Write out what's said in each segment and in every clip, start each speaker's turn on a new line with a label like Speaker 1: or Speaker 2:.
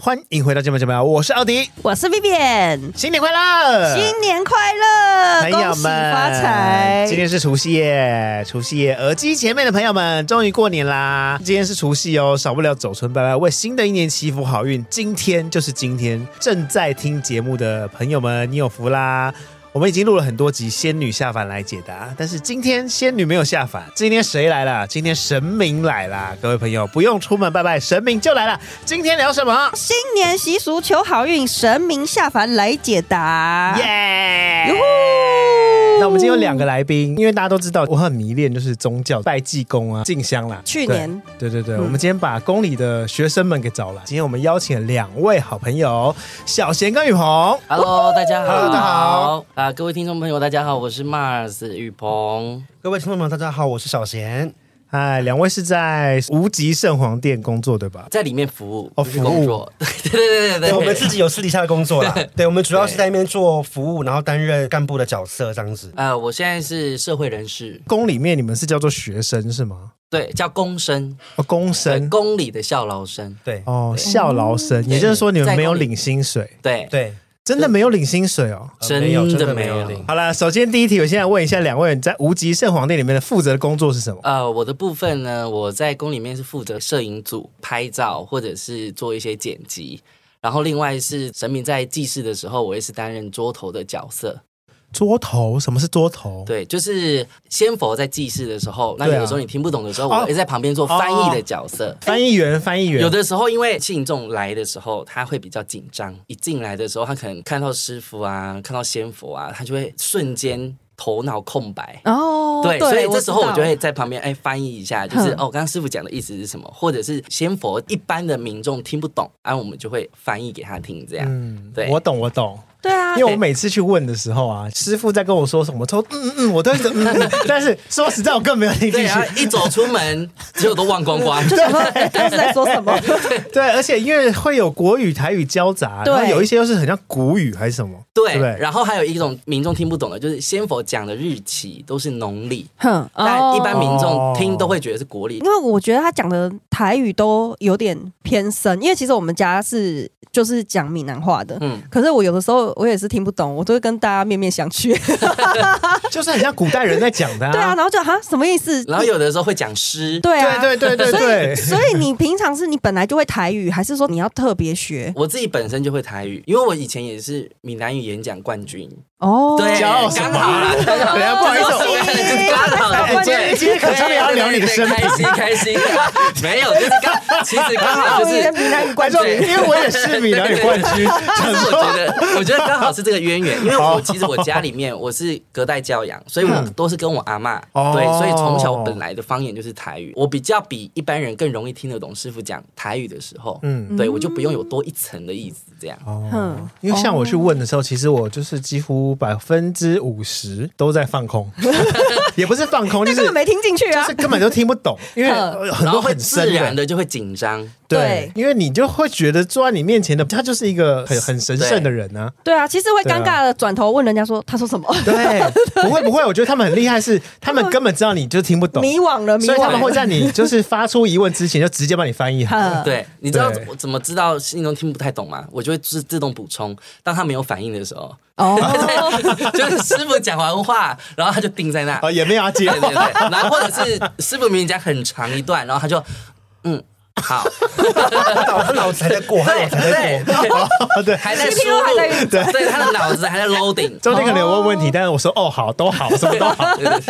Speaker 1: 欢迎回到节目，节目，我是奥迪，
Speaker 2: 我是 Vivian，
Speaker 1: 新年快乐！
Speaker 2: 新年快乐，
Speaker 1: 朋友
Speaker 2: 恭
Speaker 1: 们，
Speaker 2: 喜发财！
Speaker 1: 今天是除夕夜，除夕夜，耳机前面的朋友们，终于过年啦！今天是除夕哦，少不了走村拜拜，为新的一年祈福好运。今天就是今天，正在听节目的朋友们，你有福啦！我们已经录了很多集《仙女下凡》来解答，但是今天仙女没有下凡，今天谁来啦？今天神明来啦！各位朋友，不用出门拜拜，神明就来了。今天聊什么？
Speaker 2: 新年习俗求好运，神明下凡来解答。
Speaker 1: 耶
Speaker 2: 哟！
Speaker 1: 那我们今天有两个来宾，因为大家都知道我很迷恋，就是宗教拜济公啊、进香啦。
Speaker 2: 去年
Speaker 1: 对，对对对，我们今天把宫里的学生们给找来。今天我们邀请了两位好朋友，小贤跟雨鹏。
Speaker 3: Hello，大家好。
Speaker 1: Hello，大家好
Speaker 3: 啊，各位听众朋友，大家好，我是 Mars 雨鹏。
Speaker 4: 各位听众朋友，大家好，我是小贤。
Speaker 1: 哎，两位是在无极圣皇殿工作对吧？
Speaker 3: 在里面服务，
Speaker 1: 哦
Speaker 3: 不是工作。 对对对对
Speaker 4: 对，我们
Speaker 3: 对。
Speaker 4: 自己有私底下的工作啦。对，我们主要是在那边做服务，然后担任干部的角色这样子。
Speaker 3: 呃，我现在是社会人士，
Speaker 1: 宫里面你们是叫做学生是吗？
Speaker 3: 对，叫工生，
Speaker 1: 哦，工
Speaker 3: 对，
Speaker 1: 生
Speaker 3: 宫里的效劳生，
Speaker 4: 对
Speaker 1: 哦，效劳生，也就是说你们没有领薪水，
Speaker 3: 对，
Speaker 4: 对，
Speaker 1: 真的没有领薪水哦。
Speaker 4: 呃
Speaker 3: 真
Speaker 4: 没有真
Speaker 3: 的
Speaker 4: 的没
Speaker 3: 没有
Speaker 4: 有领。
Speaker 1: 好了，首先第一题，我现在问一下两位，你在无极圣皇殿里面的负责的工作是什么？
Speaker 3: 呃，我的部分呢，我在宫里面是负责摄影组拍照，或者是做一些剪辑。然后，另外是神明在祭祀的时候，我也是担任桌头的角色。
Speaker 1: 桌头？什么是桌头？
Speaker 3: 对，就是仙佛在祭祀的时候，那
Speaker 1: 对啊
Speaker 3: 有时候你听不懂的时候，
Speaker 1: 哦
Speaker 3: 我也在旁边做翻译的角色。
Speaker 1: 翻译员，翻译员，
Speaker 3: 有的时候，因为信众来的时候，他会比较紧张。一进来的时候，他可能看到师傅啊，看到仙佛啊，他就会瞬间头脑空白。
Speaker 2: 哦，
Speaker 3: 对，所以这时候我
Speaker 2: 知道
Speaker 3: 就会在旁边哎翻译一下，就是
Speaker 2: 哼
Speaker 3: 哦，刚刚师傅讲的意思是什么，或者是仙佛一般的民众听不懂，然、后我们就会翻译给他听，这样。
Speaker 1: 嗯
Speaker 3: 对
Speaker 1: 我懂，我懂。
Speaker 2: 对啊，
Speaker 1: 因为我每次去问的时候啊，师傅在跟我说什么，说嗯嗯嗯，我都是嗯 嗯，但是说实在，我更没有听进
Speaker 3: 对
Speaker 1: 去
Speaker 3: 啊。，一走出门，结果都忘光光。
Speaker 2: 就 想说哎刚刚是在说什么？
Speaker 1: 对，而且因为会有国语、台语交杂，
Speaker 2: 对
Speaker 1: 然后有一些又是很像古语还是什么，
Speaker 3: 对，
Speaker 1: 不对？
Speaker 3: 然后还有一种民众听不懂的，就是仙佛讲的日期都是农历，
Speaker 2: 哼，
Speaker 3: 但一般民
Speaker 1: 哦
Speaker 3: 众听都会觉得是国历
Speaker 2: 因。为我觉得他讲的台语都有点偏深，因为其实我们家是就是讲闽南话的。
Speaker 3: 嗯，
Speaker 2: 可是我有的时候我也是听不懂，我都会跟大家面面相觑。
Speaker 1: 就是很像古代人在讲的、
Speaker 2: 对啊，，然后就哈什么意思？
Speaker 3: 然后有的时候会讲诗。
Speaker 2: 对啊，
Speaker 1: 对对对对对
Speaker 2: 所以，所以你平常是你本来就会台语，还是说你要特别学？
Speaker 3: 我自己本身就会台语，因为我以前也是闽南语演讲冠军。
Speaker 2: 哦，
Speaker 3: 对，
Speaker 1: 骄傲什么
Speaker 3: 刚好啦，刚好
Speaker 1: 等一下不好意思我
Speaker 3: 刚好
Speaker 1: 哎今天今天可真的要聊你的身份
Speaker 3: 对对对对开心开心，没有，就是刚，其实刚好就
Speaker 2: 哦我
Speaker 3: 是
Speaker 2: 也是闽南语
Speaker 1: 观
Speaker 2: 冠军
Speaker 1: 众，因为我也是闽南语冠 军，
Speaker 3: 但是我 觉得，我觉得刚好是这个渊源，因为我其实我家里面我是隔代教养，所以我都是跟我阿嬷
Speaker 1: 嗯哦
Speaker 3: 对，所以从小本来的方言就是台语，我比较比一般人更容易听得懂师傅讲台语的时候，
Speaker 1: 嗯哦
Speaker 3: 嗯，对我就不用有多一层的意思这样。
Speaker 2: 哼，
Speaker 1: 因为像我去
Speaker 2: 哦
Speaker 1: 问的时候，其实我就是几乎百分之五十都在放 空，也不是放空，就
Speaker 2: 那根
Speaker 1: 是
Speaker 2: 本没听进去
Speaker 1: 就
Speaker 2: 啊
Speaker 1: 是。根本都听不懂，因 为
Speaker 2: 嗯
Speaker 1: 呃很多
Speaker 3: 然后会
Speaker 1: 很
Speaker 3: 自
Speaker 1: 深
Speaker 3: 然
Speaker 1: 的，
Speaker 3: 的就会紧张，
Speaker 1: 对
Speaker 2: 对，
Speaker 1: 因为你就会觉得坐在你面前的他就是一个很很神圣的人啊。
Speaker 2: 对啊，其实会尴尬的转头问人家说他说什么，
Speaker 1: 对，不会不会，我觉得他们很厉害，是他们根本知道你就听不 懂，
Speaker 2: 迷惘了，迷
Speaker 1: 所以他
Speaker 2: 惘
Speaker 1: 们会
Speaker 2: 了。
Speaker 1: 在你就是发出疑问之前就直接帮你 翻译好。
Speaker 2: 哼，
Speaker 3: 对，你知道
Speaker 1: 对
Speaker 3: 我怎么知道信众听不太懂吗？我就会自自动补充，当他没有反应的时候，
Speaker 2: 哦，
Speaker 3: 就是师傅讲完话，然后他就定在那，
Speaker 1: 哦，也没有要接
Speaker 3: 对，对对，然后或者是师傅明明讲很长一段，然后他就嗯好，
Speaker 4: 他脑他脑子还在过，他脑
Speaker 3: 对
Speaker 4: 子还在
Speaker 3: 对
Speaker 4: 过。
Speaker 1: 哦
Speaker 3: 对，
Speaker 1: 对
Speaker 3: 还在
Speaker 2: CPU
Speaker 3: 输入
Speaker 2: 还在，运
Speaker 3: 对他的脑子还在 loading，
Speaker 1: 中间可能有问问题，但是我说哦好，都好，什么都好。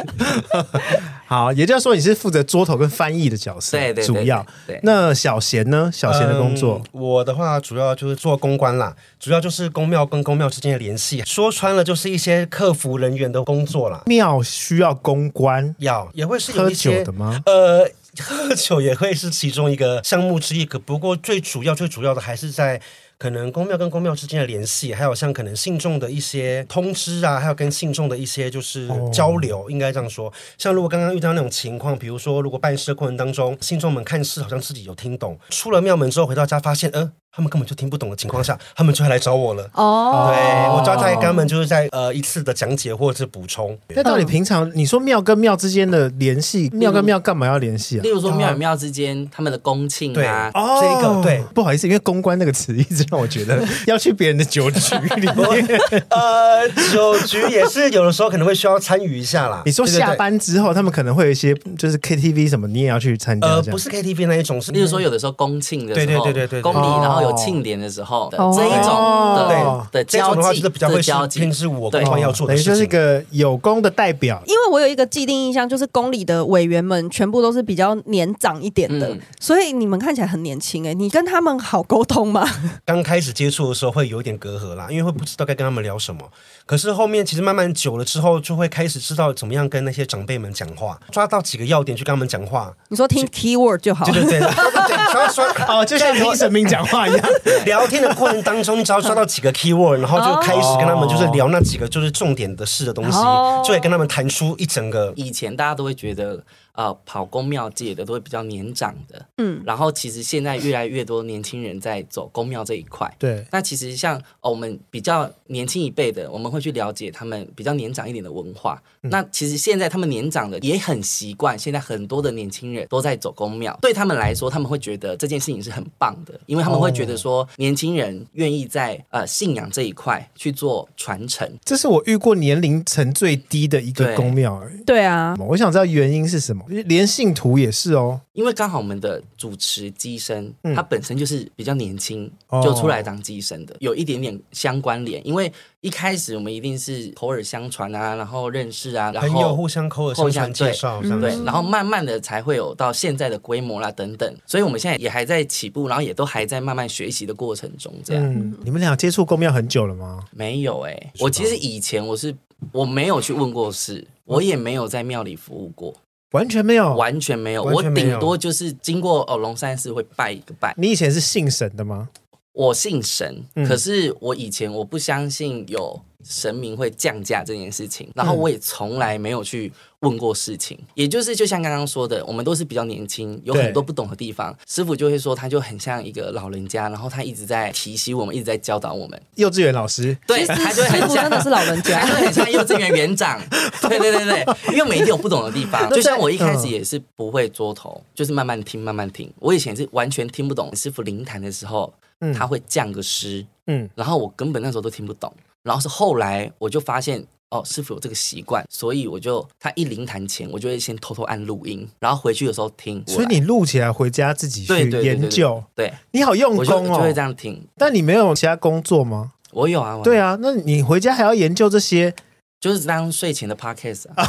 Speaker 1: 好，也就是说你是负责桌头跟翻译的角色，
Speaker 3: 对对对
Speaker 1: 主要
Speaker 3: 对对。
Speaker 1: 那小贤呢？小贤的工作
Speaker 4: 嗯，我的话主要就是做公关啦，主要就是公庙跟公庙之间的联系。说穿了，就是一些客服人员的工作啦。
Speaker 1: 庙需要公关，
Speaker 4: 要也会是有
Speaker 1: 喝
Speaker 4: 一些
Speaker 1: 酒的吗？
Speaker 4: 呃，喝酒也会是其中一个项目之一，可不过最主要、最主要的还是在可能公庙跟公庙之间的联系，还有像可能信众的一些通知啊，还有跟信众的一些就是
Speaker 1: 哦
Speaker 4: 交流，应该这样说。像如果刚刚遇到那种情况，比如说如果办事的过程当中，信众们看似好像自己有听懂，出了庙门之后回到家发现，呃，他们根本就听不懂的情况下，他们就会来找我了。对
Speaker 2: 哦，
Speaker 4: 我抓在他们就是在呃一次的讲解或者是补充。
Speaker 1: 那到底平常你说庙跟庙之间的联系，
Speaker 3: 嗯
Speaker 1: 庙跟庙干嘛要联系啊
Speaker 3: 例？如说庙与庙之间他们的公庆
Speaker 4: 对，
Speaker 3: 啊，
Speaker 4: 这个对，
Speaker 1: 不好意思，因为公关那个词一直让我觉 得要去别人的酒局里 面。
Speaker 4: 呃，酒局也是有的时候可能会需要参与一下啦。
Speaker 1: 你说
Speaker 4: 对对对
Speaker 1: 下班之后，他们可能会有一些就是 KTV 什么，你也要去参加这
Speaker 4: 呃
Speaker 1: 样？
Speaker 4: 不是 KTV 那一种，是
Speaker 3: 例如说，有的时候公庆的时候，
Speaker 4: 对对对对对对
Speaker 3: 公礼，
Speaker 1: 哦
Speaker 3: 然后有庆典的时候的
Speaker 2: 哦
Speaker 3: 这一种
Speaker 1: 哦
Speaker 3: 的的
Speaker 4: 这
Speaker 3: 交
Speaker 4: 种的话，
Speaker 3: 际
Speaker 4: 就是比较会是
Speaker 3: 交
Speaker 4: 偏
Speaker 3: 际，
Speaker 4: 是我
Speaker 3: 对
Speaker 4: 公关要做的
Speaker 1: 等于
Speaker 4: 事情。
Speaker 1: 就是一个有功的代表。
Speaker 2: 因为我有一个既定印象，就是宫里的委员们全部都是比较年长一点的，
Speaker 3: 嗯
Speaker 2: 所以你们看起来很年轻哎、你跟他们好沟通吗？
Speaker 4: 刚开始接触的时候会有一点隔阂啦，因为会不知道该跟他们聊什么。可是后面其实慢慢久了之后，就会开始知道怎么样跟那些长辈们讲话，抓到几个要点去跟他们讲话。
Speaker 2: 你说听 keyword 就好
Speaker 4: 对
Speaker 2: 了
Speaker 4: 对 对，对对，抓抓
Speaker 1: 哦，就像听神明讲话一样，
Speaker 4: 聊天的过程当中，你只要抓到几个 keyword，然后就开始跟他们就是聊那几个就是重点的事的东西
Speaker 2: 哦，
Speaker 4: 就会跟他们谈出一整个
Speaker 3: 以前大家都会觉得，呃，跑公庙界的都会比较年长的，
Speaker 2: 嗯，
Speaker 3: 然后其实现在越来越多年轻人在走公庙这一块。
Speaker 1: 对，
Speaker 3: 那其实像、哦、我们比较年轻一辈的，我们会去了解他们比较年长一点的文化。
Speaker 4: 嗯
Speaker 3: 那其实现在他们年长的也很习惯，现在很多的年轻人都在走公庙，对他们来说，他们会觉得这件事情是很棒的，因为他们会觉
Speaker 4: 哦
Speaker 3: 得说年轻人愿意在呃信仰这一块去做传承。
Speaker 1: 这是我遇过年龄层最低的一个
Speaker 3: 对
Speaker 1: 公庙而已。
Speaker 2: 对啊，
Speaker 1: 我想知道原因是什么，连信徒也是哦。
Speaker 3: 因为刚好我们的主持机身，
Speaker 1: 嗯
Speaker 3: 他本身就是比较年轻
Speaker 1: 哦，
Speaker 3: 就出来当机身的，有一点点相关联。因为一开始我们一定是口耳相传啊，然后认识啊，然
Speaker 4: 朋友
Speaker 3: 后
Speaker 4: 互相口耳
Speaker 3: 互
Speaker 4: 相
Speaker 3: 相
Speaker 4: 传介
Speaker 3: 对
Speaker 4: 绍，这
Speaker 2: 嗯
Speaker 4: 样
Speaker 3: 对
Speaker 4: 子，
Speaker 3: 然后慢慢的才会有到现在的规模啦等等。所以我们现在也还在起步，然后也都还在慢慢学习的过程中，这样。
Speaker 1: 嗯，你们俩接触公庙很久了吗？
Speaker 3: 没有哎、欸
Speaker 4: 是吧
Speaker 3: 我其实以前我是我
Speaker 4: 嗯
Speaker 3: 没有去问过事，我也没有在庙里服务过，
Speaker 1: 完全没有。
Speaker 3: 完全没有。
Speaker 4: 哦完
Speaker 3: 我
Speaker 4: 全没有
Speaker 3: 顶多就是经过哦龙山寺会拜一个拜，
Speaker 1: 你以前是信神的吗？
Speaker 3: 我信神，
Speaker 1: 嗯
Speaker 3: 可是我以前我不相信有神明会降价这件事
Speaker 1: 嗯
Speaker 3: 情，然后我也从来没有去问过事情。也就是就像刚刚说的，我们都是比较年轻，有
Speaker 1: 对
Speaker 3: 很多不懂的地方，师傅就会说他就很像一个老人家，然后他一直在提醒我们，一直在教导我们，
Speaker 1: 幼稚园老师，
Speaker 3: 对，
Speaker 2: 其实
Speaker 3: 他就会
Speaker 2: 师
Speaker 3: 很
Speaker 2: 傅真
Speaker 3: 像
Speaker 2: 的是老人家
Speaker 1: 啊
Speaker 3: 他就很像幼稚园园长，对对对对，因为每一天有不懂的地方，就像我一开始也是不会捉
Speaker 1: 嗯
Speaker 3: 头，就是慢慢听慢慢听。我以前是完全听不懂师傅灵坛的时候，
Speaker 1: 嗯
Speaker 3: 他会降个师，
Speaker 1: 嗯，
Speaker 3: 然后我根本那时候都听不懂，然后是后来我就发现。哦，师傅有这个习惯，所以我就他一灵坛前，我就会先偷偷按录音，然后回去的时候听。
Speaker 1: 所以你录起来回家自己
Speaker 3: 对
Speaker 1: 去
Speaker 3: 对对对
Speaker 1: 研
Speaker 3: 对
Speaker 1: 究，
Speaker 3: 对，
Speaker 1: 你好用
Speaker 3: 我就
Speaker 1: 功
Speaker 3: 就会
Speaker 1: 哦。
Speaker 3: 这样听。
Speaker 1: 但你没有其他工作吗？
Speaker 3: 我有啊，我
Speaker 1: 对啊，那你回家还要研究这些，
Speaker 3: 就是当睡前的 podcast 啊，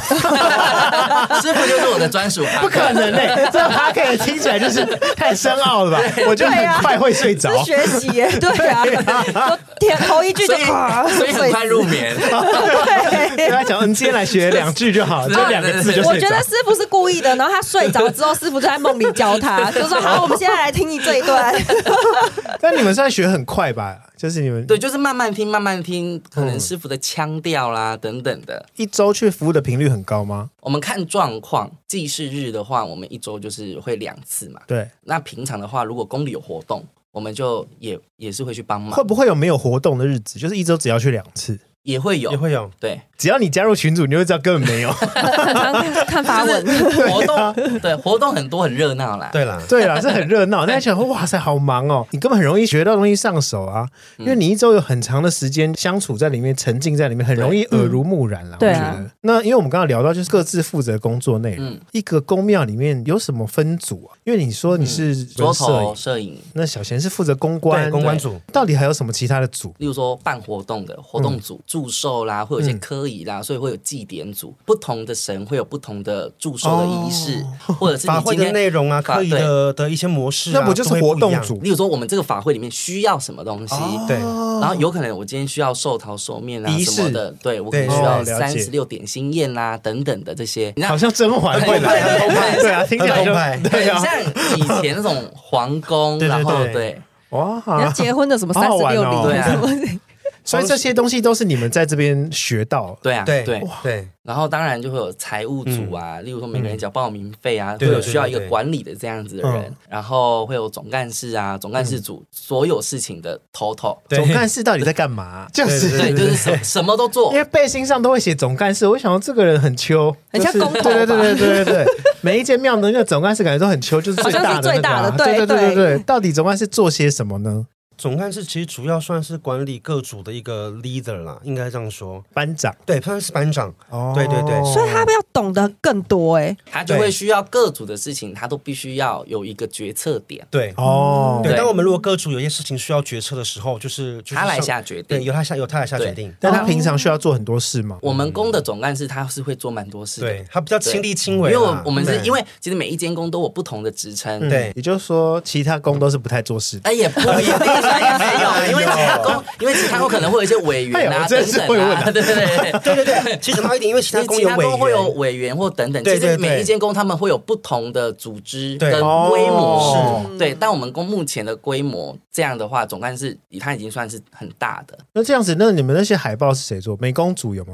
Speaker 3: 师傅就是我的专属 podcast，
Speaker 1: 不可能嘞、 这 p o d 听起来就是太深奥了吧？我觉得
Speaker 2: 对啊
Speaker 1: 很快会睡着
Speaker 2: 是。学 习耶、对啊，我天头一句就
Speaker 3: 所以
Speaker 2: 啊，
Speaker 3: 所以很快入眠。
Speaker 1: 跟
Speaker 2: 对。
Speaker 1: 他讲，嗯，今天来学两句就 好，这两个字就
Speaker 2: 我
Speaker 1: 睡
Speaker 2: 觉
Speaker 1: 着
Speaker 2: 得。师傅是故意的，然后他睡着之后，师傅就在梦里教 他，就说：“好，我们现在来听你这一段。
Speaker 1: 但你们算学很快吧？就是你们
Speaker 3: 对，就是慢慢听，慢慢听，可能师傅的腔调啦、等等的。
Speaker 1: 一周去服务的频率很高吗？
Speaker 3: 我们看状况，记事日的话，我们一周就是会两次嘛。
Speaker 1: 对，
Speaker 3: 那平常的话，如果宫里有活动，我们就也也是会去帮忙
Speaker 1: 会，不会有没有活动的日子？就是一周只要去两次，
Speaker 3: 也会有
Speaker 4: 也会有。
Speaker 3: 对
Speaker 1: 只要你加入群组，你就会知道根本没有。
Speaker 2: 看”看发文，
Speaker 3: 活动， 对活动很多很热闹啦。
Speaker 4: 对啦，
Speaker 1: 对啦，是很热闹。大家想说，哇塞，好忙哦！你根本很容易学到东西上手啊，
Speaker 2: 嗯
Speaker 1: 因为你一周有很长的时间相处在里面，沉浸在里面，很容易耳濡目染啦。
Speaker 2: 对啊
Speaker 1: 我觉得。那因为我们刚刚聊到，就是各自负责工作内容
Speaker 3: 嗯。
Speaker 1: 一个公庙里面有什么分组啊？因为你说你
Speaker 2: 嗯
Speaker 1: 是
Speaker 3: 桌
Speaker 1: 摄影
Speaker 3: 头，摄影，
Speaker 1: 那小贤是负责公
Speaker 4: 对
Speaker 1: 关，
Speaker 4: 公关组。
Speaker 1: 到底还有什么其他的组？
Speaker 3: 例如说办活动的活动
Speaker 4: 嗯
Speaker 3: 组、祝寿啦，会有一些
Speaker 1: 嗯
Speaker 3: 科仪啦，所以会有祭典组，不同的神会有不同的祝寿的仪式，或者是
Speaker 4: 哦法
Speaker 3: 你
Speaker 4: 会
Speaker 3: 今
Speaker 4: 的
Speaker 3: 天
Speaker 4: 内容啊，
Speaker 3: 法
Speaker 4: 刻意
Speaker 3: 对
Speaker 4: 的的一些模式、
Speaker 1: 那
Speaker 4: 啊，
Speaker 1: 不就是
Speaker 4: 都会
Speaker 1: 活
Speaker 4: 不一
Speaker 1: 动
Speaker 4: 样？
Speaker 1: 组？
Speaker 3: 例如说，我们这个法会里面需要什么东西，
Speaker 4: 对，
Speaker 3: 然后有可能我今天需要寿桃寿面啊
Speaker 1: 仪式
Speaker 3: 什么的，对我可
Speaker 4: 对
Speaker 3: 能需要
Speaker 1: 哦了
Speaker 3: 三
Speaker 1: 解
Speaker 3: 十六点心宴啦、等等的这些。你
Speaker 1: 好
Speaker 3: 看，
Speaker 1: 像甄嬛
Speaker 4: 很
Speaker 1: 会
Speaker 4: 澎
Speaker 1: 来
Speaker 4: 湃，
Speaker 1: 啊，
Speaker 4: 很澎湃，
Speaker 1: 对啊，听起来
Speaker 4: 很
Speaker 1: 就
Speaker 4: 澎湃
Speaker 1: 对啊
Speaker 3: 很。像以前那种皇宫，
Speaker 4: 对对
Speaker 3: 然后
Speaker 4: 对
Speaker 3: 对，
Speaker 1: 哇，
Speaker 2: 你要结婚的什么
Speaker 1: 好
Speaker 2: 三
Speaker 1: 好
Speaker 2: 十
Speaker 1: 玩
Speaker 2: 六
Speaker 1: 哦
Speaker 2: 礼
Speaker 3: 对啊
Speaker 2: 什么，
Speaker 1: 所以这些东西都是你们在这边学到。
Speaker 3: 对啊，
Speaker 4: 对
Speaker 3: 对。
Speaker 4: 对
Speaker 3: 然后当然就会有财务组啊，例如说每个人缴报名费啊，
Speaker 4: 对
Speaker 3: 会有需要
Speaker 4: 对
Speaker 3: 一
Speaker 4: 对
Speaker 3: 个管理的这样子的人，
Speaker 1: 嗯
Speaker 3: 然后会有总干事啊，总干事组所有事情的头头，
Speaker 4: 对
Speaker 1: 总干事到底在干嘛？就
Speaker 3: 对，
Speaker 1: 是
Speaker 3: 就是什什么都做
Speaker 1: 因，为背心上都会写总干事，我想到这个人很秋，
Speaker 2: 很像
Speaker 1: 就是
Speaker 2: 公投
Speaker 1: 对对
Speaker 2: 吧
Speaker 1: 对对对对，对每一间庙的那个总干事感觉都很秋，就是最大的那个啊
Speaker 2: 好像是最大的对
Speaker 1: 对对
Speaker 2: 对
Speaker 1: 对。到底总干事做些什么呢？
Speaker 4: 总干事其实主要算是管理各组的一个 leader 啦，应该这样说。
Speaker 1: 班长
Speaker 4: 对，算是班长。
Speaker 1: 哦
Speaker 4: 对对对
Speaker 2: 所以他们要懂得更多 哎、
Speaker 3: 他就会需要各组的事情，他都必须要有一个决策点，
Speaker 4: 对
Speaker 1: 哦，
Speaker 4: 嗯对，
Speaker 3: 对
Speaker 4: 当我们如果各组有一些事情需要决策的时候，就是就是
Speaker 3: 他来
Speaker 4: 上
Speaker 3: 下决
Speaker 4: 对，
Speaker 3: 定。
Speaker 4: 由他下由他来下
Speaker 3: 对
Speaker 4: 决定。
Speaker 1: 但他平常需要做很多事嘛。
Speaker 3: 我们宫的总干事他是会做蛮多事的
Speaker 4: 对，他比较亲力亲为
Speaker 3: 因
Speaker 4: 啦，
Speaker 3: 为我我们是
Speaker 4: 对
Speaker 3: 因为其实每一间宫都有不同的职称，
Speaker 4: 对
Speaker 1: 也就是说，其他工都是不太做事的。
Speaker 3: 哎，也不也不也没有，因为其他宫，因为其他宫可能会有一些委员
Speaker 1: 哎
Speaker 3: 啊
Speaker 1: 我真
Speaker 3: 等
Speaker 1: 是
Speaker 3: 等
Speaker 1: 会问
Speaker 3: 啊，
Speaker 1: 啊
Speaker 3: 对对对对。
Speaker 4: 对对对，其实讲到一点，因为其 他
Speaker 3: 其
Speaker 4: 公
Speaker 3: 实其
Speaker 4: 有
Speaker 3: 他
Speaker 4: 委员
Speaker 3: 宫会有委员或等等，
Speaker 4: 对
Speaker 3: 其
Speaker 4: 对
Speaker 3: 实
Speaker 4: 对
Speaker 3: 每一间宫他们会有不同的组织
Speaker 4: 对
Speaker 3: 跟
Speaker 1: 哦
Speaker 3: 规模，
Speaker 2: 是
Speaker 3: 对。但我们宫目前的规模这样的话，总干事他已经算是很大的，
Speaker 1: 那这样子，那你们那些海报是谁做？美工组有吗？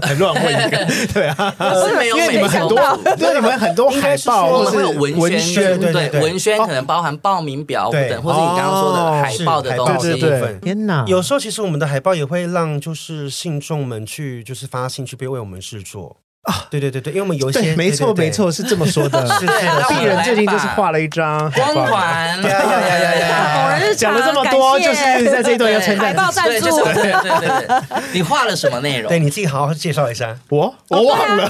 Speaker 1: 很 乱问一个， 对啊，
Speaker 3: 是没有
Speaker 1: 因为你们很
Speaker 3: 美工
Speaker 1: 多
Speaker 3: 组，
Speaker 1: 对你们很多
Speaker 4: 应
Speaker 1: 海
Speaker 4: 该是
Speaker 1: 报
Speaker 4: 说
Speaker 3: 我
Speaker 1: 或
Speaker 3: 们
Speaker 1: 是
Speaker 3: 会有文宣，
Speaker 4: 对对对
Speaker 3: 文宣可能包含报名表
Speaker 4: 对
Speaker 3: 等，或是你刚刚说
Speaker 1: 哦
Speaker 3: 的海报的
Speaker 4: 是
Speaker 3: 东
Speaker 1: 对
Speaker 3: 西。
Speaker 1: 对
Speaker 4: 部
Speaker 1: 对，
Speaker 4: 分
Speaker 1: 天哪！
Speaker 4: 有时候其实我们的海报也会让就是信众们去就是发信去被为我们试做啊，对对对对，因为我们有一些
Speaker 1: 对，没错
Speaker 4: 对对对
Speaker 1: 没错，是这么说 的。
Speaker 4: 是是
Speaker 3: 那
Speaker 1: 鄙
Speaker 3: 我们
Speaker 1: 人
Speaker 3: 来
Speaker 1: 最近就是
Speaker 3: 吧
Speaker 1: 画了一张海
Speaker 3: 啊光
Speaker 1: 报
Speaker 3: 环，
Speaker 4: 呀呀呀呀呀 呀
Speaker 2: 好人日常
Speaker 1: 啊讲了这么多，
Speaker 2: 感
Speaker 1: 就是
Speaker 2: 谢
Speaker 1: 在这一段要称
Speaker 2: 海
Speaker 1: 赞
Speaker 2: 报赞
Speaker 3: 对，就
Speaker 2: 助
Speaker 3: 是，对对对对， 你画了什么内容
Speaker 4: 对？你自己好好介绍一下。
Speaker 1: 我，我忘了，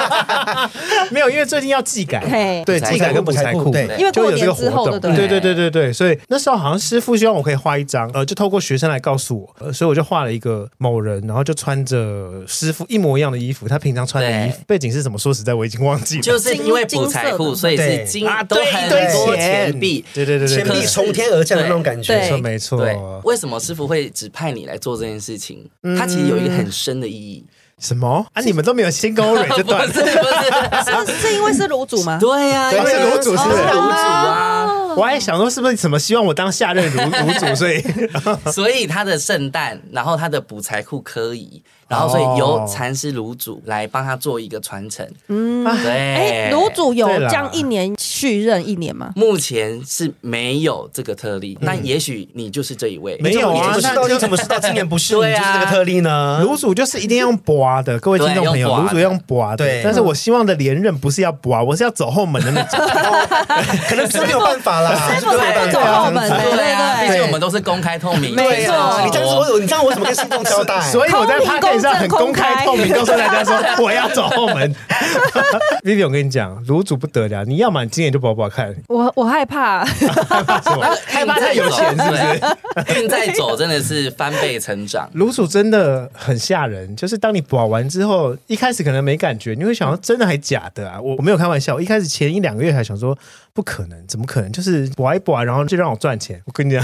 Speaker 1: 没有，因为最近要技改
Speaker 2: 嘿，
Speaker 1: 对，
Speaker 3: 补
Speaker 1: 技
Speaker 3: 裁
Speaker 1: 改
Speaker 4: 啊库
Speaker 1: 跟补裁
Speaker 4: 补
Speaker 1: 库，
Speaker 4: 裁库对
Speaker 2: 因为
Speaker 1: 就
Speaker 2: 过
Speaker 1: 有这个
Speaker 2: 年之
Speaker 1: 活
Speaker 2: 后
Speaker 1: 动，
Speaker 2: 的
Speaker 1: 对
Speaker 2: 对
Speaker 1: 对
Speaker 3: 对
Speaker 1: 对对对对，所以那时候好像师傅希望我可以画一张，呃，就透过学生来告诉我，呃所以我就画了一个某人，然后就穿着师傅一模一样的衣服，他平常穿的衣服，背景是什么？说实在我已经忘记了，
Speaker 3: 就是因为补财
Speaker 2: 金色
Speaker 3: 库，
Speaker 2: 的
Speaker 3: 所以
Speaker 4: 对
Speaker 3: 是金
Speaker 1: 啊，
Speaker 3: 都
Speaker 1: 对
Speaker 3: 很
Speaker 1: 一堆
Speaker 3: 多
Speaker 1: 钱
Speaker 3: 钱币。
Speaker 1: 对对对对，
Speaker 4: 钱
Speaker 1: 对
Speaker 4: 币从天而降的那种感
Speaker 1: 没
Speaker 4: 觉
Speaker 2: 对，
Speaker 1: 错没
Speaker 3: 对
Speaker 1: 错，，
Speaker 3: 为什么师傅会指派你来做这件事情？
Speaker 1: 嗯
Speaker 3: 它其实有一个很深的意义。
Speaker 1: 什么啊？你们都没有先跟我蕊这
Speaker 3: 不
Speaker 1: 段
Speaker 3: 是。不是，
Speaker 2: 是是因为是卤煮吗？
Speaker 3: 对呀，
Speaker 1: 对啊
Speaker 3: 因为
Speaker 1: 是
Speaker 3: 哦
Speaker 1: 楼主是不是
Speaker 3: 楼主啊，
Speaker 1: 我还想说是不是什么希望我当下 任卤卤主，所以
Speaker 3: 所以他的圣诞，然后他的补财库科仪，然后所以由
Speaker 1: 哦
Speaker 3: 禅师卤主来帮他做一个传承。
Speaker 2: 嗯，
Speaker 3: 对，
Speaker 2: 哎，卤煮有
Speaker 1: 对啦
Speaker 2: 这样一年续任一年吗？
Speaker 3: 目前是没有这个特
Speaker 2: 嗯
Speaker 3: 例，但也许你就是这一位。
Speaker 1: 没有啊
Speaker 4: 你怎么知道
Speaker 1: 那就
Speaker 4: 你怎么知道今年不是你
Speaker 3: 对
Speaker 4: 就
Speaker 3: 啊
Speaker 4: 是这个特例呢？
Speaker 1: 卤煮就是一定要用拔的，各位听众朋友，
Speaker 3: 对用拔的
Speaker 1: 卤煮要用拔的
Speaker 4: 对。
Speaker 1: 但是我希望的连任不是要拔，我是要走后门的那种。
Speaker 4: 可能是没有办法啦，
Speaker 2: 师傅才不走后门呢，对
Speaker 3: 对啊，
Speaker 2: 对
Speaker 3: 毕
Speaker 2: 对
Speaker 3: 竟我们都是公开透明，
Speaker 2: 没错
Speaker 3: 对啊
Speaker 4: 你这样子我，你这样我怎么跟信众交代？
Speaker 1: 所以我在
Speaker 2: 公平
Speaker 1: p o d 上很公
Speaker 2: 公正
Speaker 1: 开透
Speaker 2: 公开
Speaker 1: 明，告诉大家说我要走后 门。Vivi，我跟你讲，卤煮不得了，你要么你今年就保保看，
Speaker 2: 我我害怕，
Speaker 1: 害怕什么？害怕太有钱是不是？。
Speaker 3: 是？运在走真的是翻倍成长
Speaker 1: 卤煮真的很吓人，就是当你保完之后，一开始可能没感觉，你会想到真的还假的啊？我我没有开玩笑，我一开始前一两个月还想说不可能，怎么可能？就是保一保，然后就让我赚钱。我跟 你讲，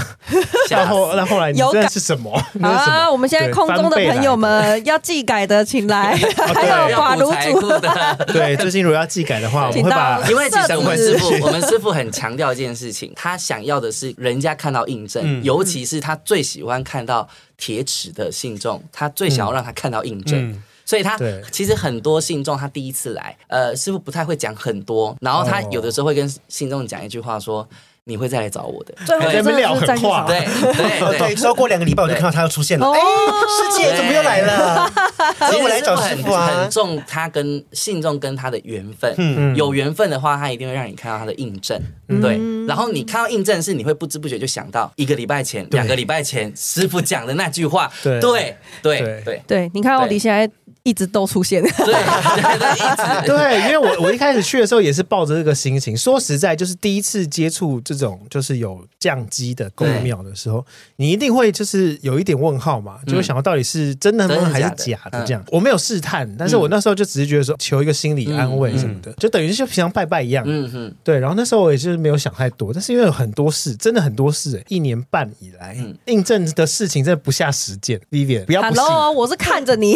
Speaker 3: 吓
Speaker 1: 然
Speaker 3: 死
Speaker 1: 后那后来你
Speaker 2: 有
Speaker 1: 真的
Speaker 2: 感
Speaker 1: 是什么？
Speaker 2: 好
Speaker 1: 那是什
Speaker 2: 啊，
Speaker 1: 么？
Speaker 2: 我们现在
Speaker 1: 对
Speaker 2: 空中的朋友，们要技改的，请来，还
Speaker 1: 哦
Speaker 2: 有
Speaker 3: 要
Speaker 2: 寡
Speaker 3: 补
Speaker 2: 卤
Speaker 3: 财
Speaker 2: 煮
Speaker 3: 库的。
Speaker 1: 翻倍来的对，最近如果要技改的话，我们
Speaker 2: 请
Speaker 1: 会
Speaker 2: 到
Speaker 1: 把
Speaker 3: 因为其实我们
Speaker 2: 色
Speaker 3: 师
Speaker 2: 子
Speaker 3: 傅，我们师傅很强调一件事情，他想要的是人家看到印证，
Speaker 1: 嗯
Speaker 3: 尤其是他最喜欢看到铁齿的信众，他最想要让他看到印证。所以他
Speaker 1: 嗯对
Speaker 3: 其实很多信众，他第一次来，呃，师傅不太会讲很多，然后他
Speaker 1: 哦
Speaker 3: 有的时候会跟信众讲一句话说：“你会再来找我的。”
Speaker 2: 最后
Speaker 1: 还在那边
Speaker 2: 真的
Speaker 1: 撂
Speaker 2: 是
Speaker 1: 狠
Speaker 2: 再去
Speaker 1: 话
Speaker 2: 找
Speaker 3: 对 对对
Speaker 4: 哦对，，之后过两个礼拜我就看到他又出现了，
Speaker 2: 哦
Speaker 4: 哎，师姐怎么又来了？
Speaker 3: 其
Speaker 4: 那
Speaker 3: 实
Speaker 4: 我来找师
Speaker 3: 很
Speaker 4: 傅啊
Speaker 3: 很。重他跟信众跟他的缘分。有缘分的话，他一定会让你看到他的印证。对，然后你看到印证是，你会不知不觉就想到一个礼拜前、两个礼拜前师傅讲的那句话。
Speaker 1: 对
Speaker 3: 对对
Speaker 1: 对
Speaker 3: 对对
Speaker 2: 对，你看奥迪现在一直都出现，
Speaker 3: 对 对，一直
Speaker 1: 对，因为我我一开始去的时候也是抱着这个心情。说实在，就是第一次接触这种就是有降机的公庙的时候，你一定会就是有一点问号嘛，就会想到到底是真的吗、
Speaker 3: 真的
Speaker 1: 还是
Speaker 3: 假
Speaker 1: 假
Speaker 3: 的
Speaker 1: 的
Speaker 3: 嗯
Speaker 1: 这样。我没有试探，但是我那时候就只是觉得说求一个心理安慰
Speaker 3: 嗯
Speaker 1: 什么的，就等于是平常拜拜一样。
Speaker 3: 嗯哼，
Speaker 1: 对，然后那时候我也就是没有想太多，但是因为有很多事，真的很多事、欸，一年半以来、印证的事情真的不下十件。Vivian，不要不信，
Speaker 2: Hello，我是看着你，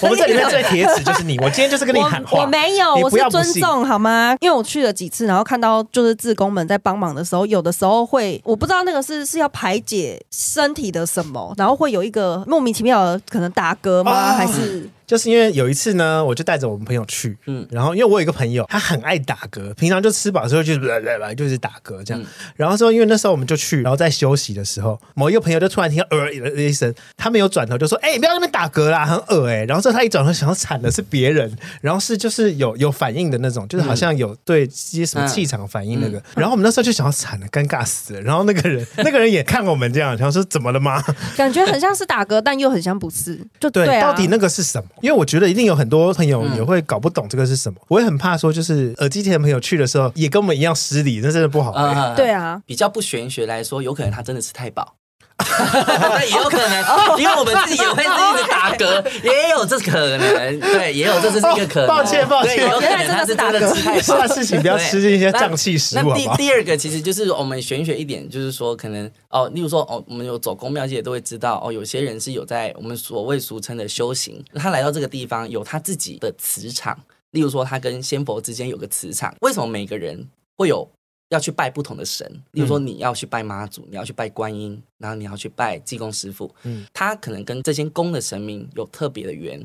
Speaker 1: 我们这里面最铁齿就是你，我今天就是 跟你喊
Speaker 2: 我
Speaker 1: 话，
Speaker 2: 我没有，
Speaker 1: 你
Speaker 2: 我
Speaker 1: 不
Speaker 2: 是
Speaker 1: 要不
Speaker 2: 尊
Speaker 1: 信
Speaker 2: 重好吗？因为我去了几次，然后看到就是志工们在帮忙的时候，有的时候会我不知道那个是是要排解身体的什么，然后会有一个莫名其妙的可能打嗝吗？
Speaker 1: 哦
Speaker 2: 还是
Speaker 1: 就是因为有一次呢，我就带着我们朋友去，嗯
Speaker 3: 嗯，
Speaker 1: 然后因为我有一个朋友，他很爱打嗝，平常就吃饱之后就是 来来来就是打嗝这样。然后说，因为那时候我们就去，然后在休息的时候，某一个朋友就突然听到呃的一声，他没有转头就说：“哎、你不要在那边打嗝啦，很恶哎、然后之后他一转头想要惨的是别人，然后是就是有有反应的那种，就是好像有对接什么气场反应那个。然后我们那时候就想要惨了，尴尬死了。然后那个人 那个人也看我们这样，然后说：“怎么了吗？”
Speaker 2: 感觉很像是打嗝，但又很像不是？就
Speaker 1: 对，
Speaker 2: 啊，
Speaker 1: 到底那个是什么？因为我觉得一定有很多朋
Speaker 3: 嗯
Speaker 1: 友也会搞不懂这个是什么。我也很怕说，就是耳机前的朋友去的时候也跟我们一样失礼，那真的不好、欸。
Speaker 3: 啊
Speaker 2: 对啊，
Speaker 3: 比较不玄学来说，有可能他真的吃太 饱。那也有可能，因为我们自己也会自己的打嗝，也有这可能，对，也有这是一个可能。
Speaker 1: 哦抱歉抱歉
Speaker 3: 对有可能他是真的吃太
Speaker 1: 下。
Speaker 3: 饱
Speaker 1: 次请不要吃这些胀气食
Speaker 3: 那
Speaker 1: 物，好
Speaker 3: 第
Speaker 1: 不好？
Speaker 3: 第二个其实就是我们玄学一点，就是说可能哦，例如说哦，我们有走公庙界都会知道哦，有些人是有在我们所谓俗称的修行，他来到这个地方有他自己的磁场，例如说他跟仙佛之间有个磁场，为什么每个人会有？要去拜不同的神，例如说
Speaker 1: 嗯
Speaker 3: 你要去拜妈祖，你要去拜观音，然后你要去拜济公师傅，
Speaker 1: 嗯
Speaker 3: 嗯，他可能跟这些宫的神明有特别的缘，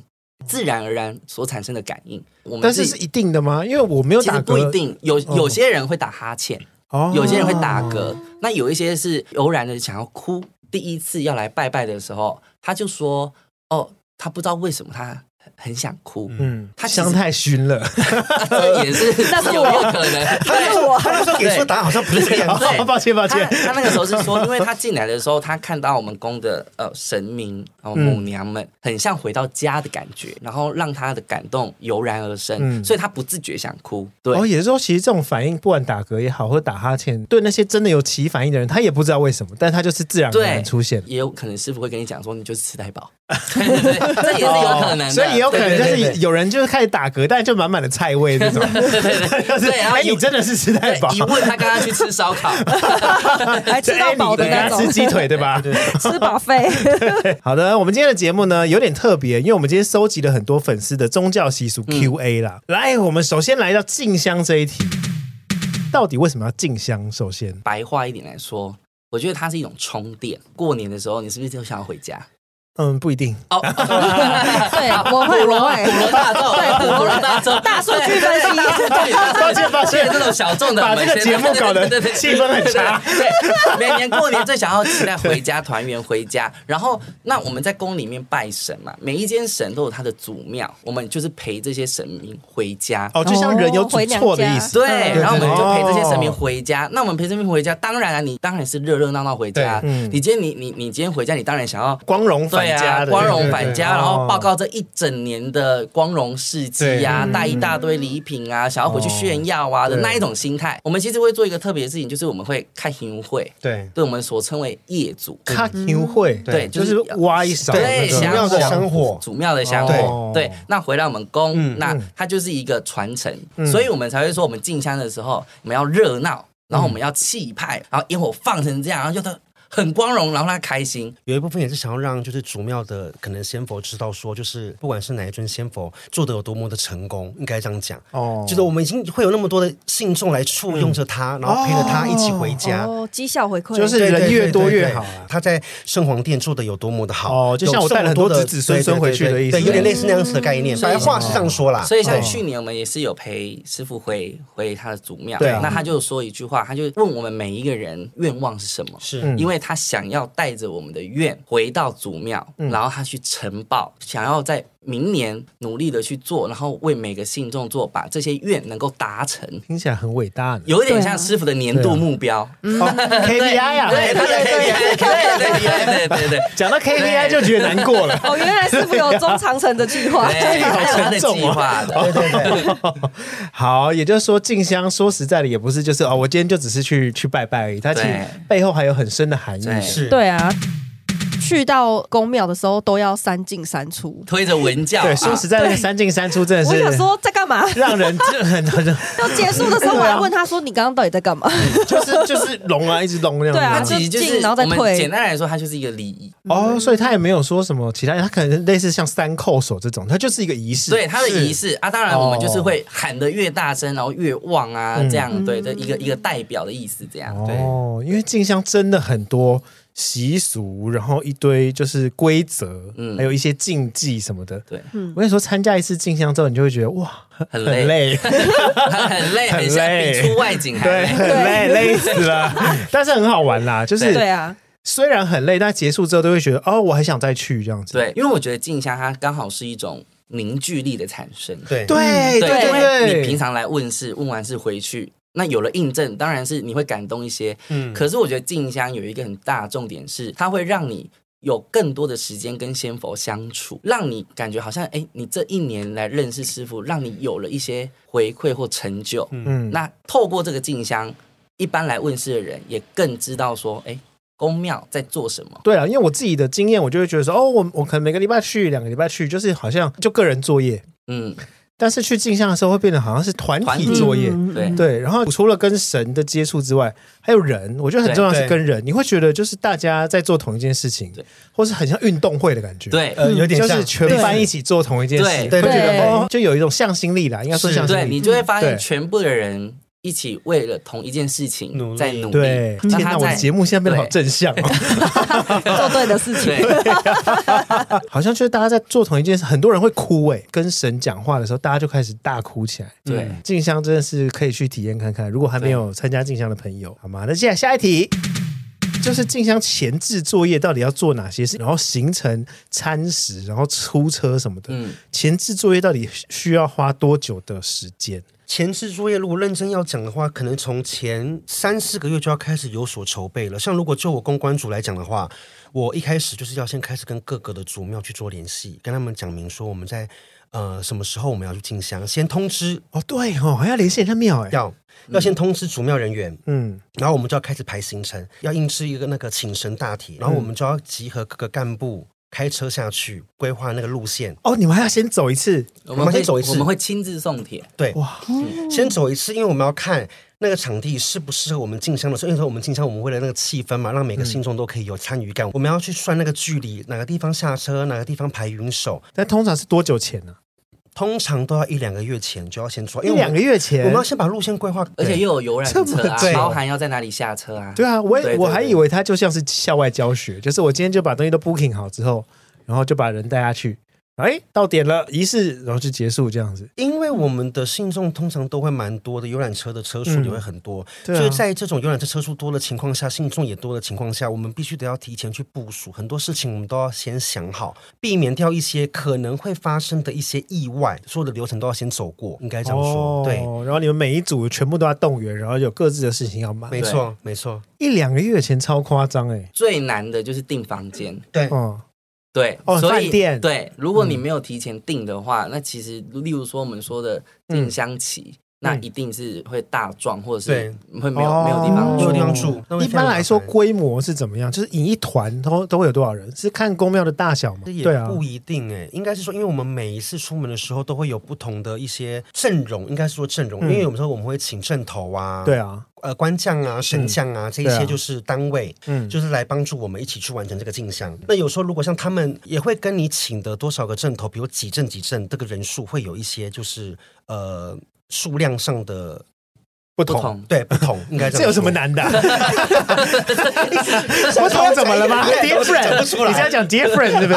Speaker 3: 自然而然所产生的感应。我们
Speaker 1: 但是
Speaker 3: 自己
Speaker 1: 是一定的吗？因为我没有
Speaker 3: 其
Speaker 1: 打
Speaker 3: 实
Speaker 1: 嗝，
Speaker 3: 不一定，有
Speaker 1: 哦
Speaker 3: 有些人会打哈欠，
Speaker 1: 哦
Speaker 3: 有些人会打嗝，那有一些是偶然的想要哭。第一次要来拜拜的时候，他就说：“哦，他不知道为什么他很很想哭。
Speaker 1: 嗯，
Speaker 3: 他其实
Speaker 1: 香太熏了，
Speaker 3: 啊 这也是
Speaker 2: 那是
Speaker 3: 有
Speaker 2: 我
Speaker 3: 没有可 能？
Speaker 4: 他那时候他那时候给出的答案好像不是这样子，
Speaker 3: 对
Speaker 1: 哦抱歉抱歉，
Speaker 3: 他他那个时候是说，因为他进来的时候，他看到我们宫的呃神明哦
Speaker 1: 嗯
Speaker 3: 母娘们，很像回到家的感觉，然后让他的感动油然而生，
Speaker 1: 嗯
Speaker 3: 所以他不自觉想哭。对，
Speaker 1: 哦，也就是说，其实这种反应，不管打嗝也好，或者打哈欠，对那些真的有起反应的人，他也不知道为什么，但他就是自然而然
Speaker 3: 对
Speaker 1: 出现。
Speaker 3: 也有可能师傅会跟你讲说，你就是吃太饱， 对对对，这也是有可能的，
Speaker 1: 哦所以也有可能就
Speaker 3: 对对对
Speaker 1: 是有人就是开始打嗝，但就满满的菜味这种。
Speaker 3: 对对 对
Speaker 1: 就是
Speaker 3: 对，然 后
Speaker 1: 哎，你
Speaker 3: 一
Speaker 1: 真的是吃太饱
Speaker 3: 对，一问他刚刚去吃烧烤，
Speaker 2: 还吃到饱的
Speaker 1: 对哎你等下
Speaker 2: 那
Speaker 1: 吃
Speaker 2: 种，
Speaker 1: 鸡腿对吧？
Speaker 2: 吃饱费。
Speaker 1: 好的，我们今天的节目呢有点特别，因为我们今天收集了很多粉丝的宗教习俗
Speaker 3: 嗯
Speaker 1: Q&A 啦。来，我们首先来到静香这一题，到底为什么要静香？首先，
Speaker 3: 白话一点来说。我觉得它是一种充电。过年的时候，你是不是就想要回家？
Speaker 1: 嗯，不一定。
Speaker 3: 哦，
Speaker 2: 对
Speaker 3: 对
Speaker 2: 我会
Speaker 3: 普罗
Speaker 2: 我会
Speaker 3: 普罗大众，
Speaker 2: 对普
Speaker 3: 普
Speaker 2: 罗
Speaker 3: 罗 大众，
Speaker 2: 大数据分析
Speaker 1: 抱歉抱歉
Speaker 3: 这种小众的，
Speaker 1: 把这个
Speaker 3: 我们先
Speaker 1: 节目搞得
Speaker 3: 对对对对
Speaker 1: 气氛很差
Speaker 3: 对，对每年过年最想要期待回家团圆回家，然后那我们在宫里面拜神嘛，每一间神都有它的祖庙，我们就是陪这些神明回家。
Speaker 1: 哦，就像人有主错的意思。
Speaker 3: 对，
Speaker 2: 嗯
Speaker 3: 然后我们就陪这些神明
Speaker 1: 哦
Speaker 3: 回家。那我们陪神明回家，当然啊，你当然是热热闹闹回家。
Speaker 1: 对嗯
Speaker 3: 你今天你你你今天回家，你当然想要
Speaker 1: 光荣返
Speaker 3: 对
Speaker 1: 家
Speaker 3: 啊，
Speaker 1: 的，
Speaker 3: 光荣
Speaker 1: 对哦
Speaker 3: 返家，然后报。告这一整年的光荣事迹呀、
Speaker 1: 对哦
Speaker 3: 带一大堆礼品啊，想要回去炫耀啊的
Speaker 1: 对
Speaker 3: 那一种心态。我们其实会做一个特别的事情，就是我们会看行会，
Speaker 4: 对
Speaker 3: 对我们所称为业主。
Speaker 1: 对对对对对对卡牛会，
Speaker 4: 对
Speaker 1: 就是
Speaker 3: 嗯就是
Speaker 1: 挖一勺
Speaker 3: 对
Speaker 1: 那个
Speaker 4: 奇
Speaker 3: 香
Speaker 4: 妙的香火，
Speaker 3: 祖庙的香火
Speaker 1: 哦，
Speaker 3: 对，那回来我们宫，
Speaker 4: 嗯
Speaker 3: 那
Speaker 1: 嗯
Speaker 3: 它就是一个传承，
Speaker 1: 嗯
Speaker 3: 所以我们才会说，我们进香的时候，我们要热闹，然后我们要气派，然后烟火放成这样，然后就它很光荣，然后让他开心，
Speaker 4: 有一部分也是想要让就是祖庙的可能仙佛知道说，就是不管是哪一尊仙佛做的有多么的成功，应该这样讲。
Speaker 1: 哦嗯
Speaker 4: 就是我们已经会有那么多的信众来簇拥着他，然后陪着他一起回家。
Speaker 2: 哦，绩效回馈
Speaker 1: 就是
Speaker 4: 对对
Speaker 1: 人越多越
Speaker 4: 对对
Speaker 1: 好啊
Speaker 4: 他在圣皇殿做的有多么的好
Speaker 1: 哦就像我带了很多子子孙孙回去的意思嗯
Speaker 4: 对，对对对对有点类似那样子的概念。
Speaker 3: 所以
Speaker 4: 白话是这样说啦，
Speaker 3: 所以像
Speaker 4: 对
Speaker 3: 去年我们也是有陪师傅回回他的祖庙，
Speaker 1: 对啊
Speaker 3: 那他就说一句话，他就问我们每一个人愿望是什么。
Speaker 4: 是
Speaker 1: 嗯
Speaker 3: 因为他想要带着我们的愿回到祖庙，然后他去呈报，想要在明年努力的去做，然后为每个信众做，把这些愿能够达成，
Speaker 1: 听起来很伟大呢。
Speaker 3: 有点
Speaker 2: 对啊
Speaker 3: 像师傅的年度目标。
Speaker 1: 哦 KPI 啊，
Speaker 3: 对对对对对对对对对。
Speaker 1: 讲到 KPI 就觉得难过了。
Speaker 2: 哦，原来师傅有中长程的计划。
Speaker 3: 对，还有他的计划的，
Speaker 1: 嗯
Speaker 4: 对对对，
Speaker 1: 好，也就是说，静香说实在的，也不是就是哦，我今天就只是去去拜拜而已，它其实
Speaker 3: 对
Speaker 1: 背后还有很深的含义。
Speaker 3: 对
Speaker 4: 是
Speaker 2: 对啊，去到公庙的时候都要三进三出。
Speaker 3: 推着文教，啊
Speaker 1: 对，说实在，那个三进三出真的
Speaker 2: 我
Speaker 1: 是
Speaker 2: 想说在干嘛？
Speaker 1: 让人这很很
Speaker 2: 要结束
Speaker 1: 啊
Speaker 2: 的时候，我还问他说：“你刚刚到底在干嘛
Speaker 1: 就是就是龙啊，一直龙那样子。
Speaker 2: 对啊
Speaker 3: 它其实就
Speaker 2: 就
Speaker 3: 是
Speaker 2: 进然后再
Speaker 3: 我们
Speaker 2: 退
Speaker 3: 简单来说，它就是一个礼仪。
Speaker 1: 哦，所以他也没有说什么其他，他可能类似像三叩首这种，他就是一个仪式。
Speaker 3: 对它的仪
Speaker 1: 式，
Speaker 3: 式啊，当然我们就是会喊得越大声，然后越旺啊，这样对的一个一个代表的意思，这样对。
Speaker 1: 哦，因为静香真的很多习俗，然后一堆就是规则，
Speaker 3: 嗯
Speaker 1: 还有一些禁忌什么的。
Speaker 3: 对，
Speaker 2: 嗯
Speaker 1: 我跟你说，参加一次静香之后，你就会觉得哇，
Speaker 3: 很
Speaker 1: 很
Speaker 3: 累，
Speaker 1: 累，
Speaker 3: 很累，
Speaker 1: 很
Speaker 3: 很像
Speaker 1: 累
Speaker 3: 比出外景还
Speaker 1: 对，
Speaker 3: 累。
Speaker 1: 很累，累死 了。但是很好玩啦，就？”是
Speaker 2: 对啊，
Speaker 1: 虽然很累，但结束之后都会觉得哦，我还想再去这样子。
Speaker 3: 对，因为我觉得静香它刚好是一种凝聚力的产生。
Speaker 1: 对
Speaker 4: 对
Speaker 3: 对，
Speaker 1: 哎对
Speaker 3: 因为
Speaker 1: 对，
Speaker 3: 你平常来问事，问完事回去，那有了印证，当然是你会感动一些。
Speaker 4: 嗯
Speaker 3: 可是我觉得静香有一个很大的重点是，它会让你。有更多的时间跟仙佛相处，让你感觉好像哎，你这一年来认识师傅，让你有了一些回馈或成就。
Speaker 1: 嗯
Speaker 3: 那透过这个静香，一般来问事的人也更知道说，哎，宫庙在做什么。
Speaker 1: 对啊，因为我自己的经验，我就会觉得说，哦，我我可能每个礼拜去，两个礼拜去，就是好像就个人作业，
Speaker 3: 嗯，
Speaker 1: 但是去镜像的时候会变得好像是团
Speaker 3: 团
Speaker 1: 体
Speaker 3: 体
Speaker 1: 作业。
Speaker 2: 嗯
Speaker 3: 对
Speaker 1: 对，然后除了跟神的接触之外，还有人，我觉得很重要
Speaker 4: 对
Speaker 1: 是跟人，你会觉得就是大家在做同一件事情
Speaker 3: 对，
Speaker 1: 或是很像运动会的感觉，，
Speaker 3: 对，
Speaker 4: 呃，有点
Speaker 1: 嗯就
Speaker 4: 像
Speaker 1: 是全班一起做同一件事，
Speaker 3: 对
Speaker 1: 会觉
Speaker 2: 对
Speaker 1: 得哦，就有一种向心力啦，应该说
Speaker 4: 是
Speaker 1: 向
Speaker 3: 嗯对
Speaker 1: 心
Speaker 3: 你
Speaker 1: 力，
Speaker 3: 就会发现
Speaker 1: 对
Speaker 3: 全部的人一起为了同一件事情
Speaker 4: 努力
Speaker 3: 在努力。
Speaker 1: 对。
Speaker 3: 那
Speaker 1: 天
Speaker 3: 他
Speaker 1: 哪，我的
Speaker 3: 在
Speaker 1: 节目现在变得好
Speaker 3: 对
Speaker 1: 正向哦。
Speaker 2: 做对的事情。
Speaker 3: 对
Speaker 1: 好像就是大家在做同一件事，很多人会哭哎、跟神讲话的时候，大家就开始大哭起来。
Speaker 3: 对
Speaker 1: 嗯静香真的是可以去体验看看，如果还没有参加静香的朋友，好吗？那接下来下一题。就是静香前置作业到底要做哪些事，然后行程、餐食，然后出车什么的。
Speaker 3: 嗯
Speaker 1: 前置作业到底需要花多久的时间？
Speaker 4: 前置作业如果认真要讲的话，可能从前三四个月就要开始有所筹备了。像如果就我公关组来讲的话，我一开始就是要先开始跟各个的祖庙去做联系，跟他们讲明说我们在呃什么时候我们要去进香，先通知
Speaker 1: 哦，对哦，还要联系人家庙哎。
Speaker 4: 要要先通知祖庙人员，
Speaker 1: 嗯，
Speaker 4: 然后我们就要开始排行程，要印制一个那个请神大帖，然后我们就要集合各个干部开车下去规划那个路线。
Speaker 1: 哦，你们还要先走一次，
Speaker 3: 我
Speaker 4: 我
Speaker 3: 们
Speaker 4: 们
Speaker 3: 会
Speaker 4: 先走一次
Speaker 3: 我们会亲自送帖。
Speaker 4: 对，
Speaker 1: 哇，嗯
Speaker 4: 先走一次，因为我们要看那个场地适不适合我们进香的时候。因为我们进香，我们为了那个气氛
Speaker 1: 嗯
Speaker 4: 嘛，让每个信众都可以有参与感，我们要去算那个距离，哪个地方下车，哪个地方排云手，
Speaker 1: 但通常是多久前呢、
Speaker 4: 通常都要一两个月前就要先出发，
Speaker 1: 一
Speaker 4: 因为我
Speaker 1: 两
Speaker 4: 们
Speaker 1: 个月前，
Speaker 4: 我们要先把路线规划，
Speaker 3: 而且
Speaker 4: 对
Speaker 3: 又有游览车
Speaker 1: 这么
Speaker 3: 啊
Speaker 1: 对，
Speaker 3: 包含要在哪里下车啊？
Speaker 1: 对啊，我也
Speaker 3: 对对
Speaker 1: 我还
Speaker 3: 对
Speaker 1: 以为它就像是校外教学，就是我今天就把东西都 booking 好之后，然后就把人带下去，哎，到点了，仪式然后就结束这样子。
Speaker 4: 因为我们的信众通常都会蛮多的，游览车的车数
Speaker 1: 嗯
Speaker 4: 也会很多，
Speaker 1: 对啊
Speaker 4: 所以在这种游览车车数多的情况下，信众也多的情况下，我们必须得要提前去部署，很多事情我们都要先想好，避免掉一些可能会发生的一些意外，所有的流程都要先走过，应该这样
Speaker 1: 哦
Speaker 4: 说，对，
Speaker 1: 然后你们每一组全部都要动员，然后有各自的事情要忙。
Speaker 4: 没错，没错，
Speaker 1: 一两个月前超夸张哎、
Speaker 3: 最难的就是订房间，
Speaker 4: 对，
Speaker 1: 哦，
Speaker 3: 对，
Speaker 1: 哦
Speaker 3: 所
Speaker 1: 饭
Speaker 3: 以
Speaker 1: 店嗯
Speaker 3: 对，如果你没有提前订的话，那其实例如说我们说的进香期，
Speaker 1: 嗯
Speaker 3: 那一定是会大撞，或者是会没有、
Speaker 1: 哦
Speaker 3: 没有地方
Speaker 4: 没有
Speaker 3: 住
Speaker 4: 地。方住，那会
Speaker 1: 一
Speaker 4: 非常
Speaker 1: 般
Speaker 4: 麻
Speaker 1: 来说
Speaker 4: 烦
Speaker 1: 规模是怎么样？就是你一团都都会有多少人？是看公庙的大小吗？
Speaker 4: 这也
Speaker 1: 对啊，
Speaker 4: 不一定哎、应该是说，因为我们每一次出门的时候都会有不同的一些阵容，应该是说阵容，
Speaker 1: 嗯
Speaker 4: 因为有时候我们会请阵头啊，
Speaker 1: 对啊，
Speaker 4: 呃官将啊、神将啊，这一
Speaker 1: 对啊
Speaker 4: 些就是单位，
Speaker 1: 嗯
Speaker 4: 就是来帮助我们一起去完成这个进香。那有时候如果像他们也会跟你请的多少个阵头，比如几阵几阵，这个人数会有一些就是呃数量上的
Speaker 1: 不
Speaker 3: 不同
Speaker 4: 对不同，应 该
Speaker 1: 这有什么
Speaker 4: 难？
Speaker 1: 难的、啊？不同怎么了吗
Speaker 4: 讲不出
Speaker 1: ？Different，
Speaker 4: 来
Speaker 1: 你是要讲 different 对不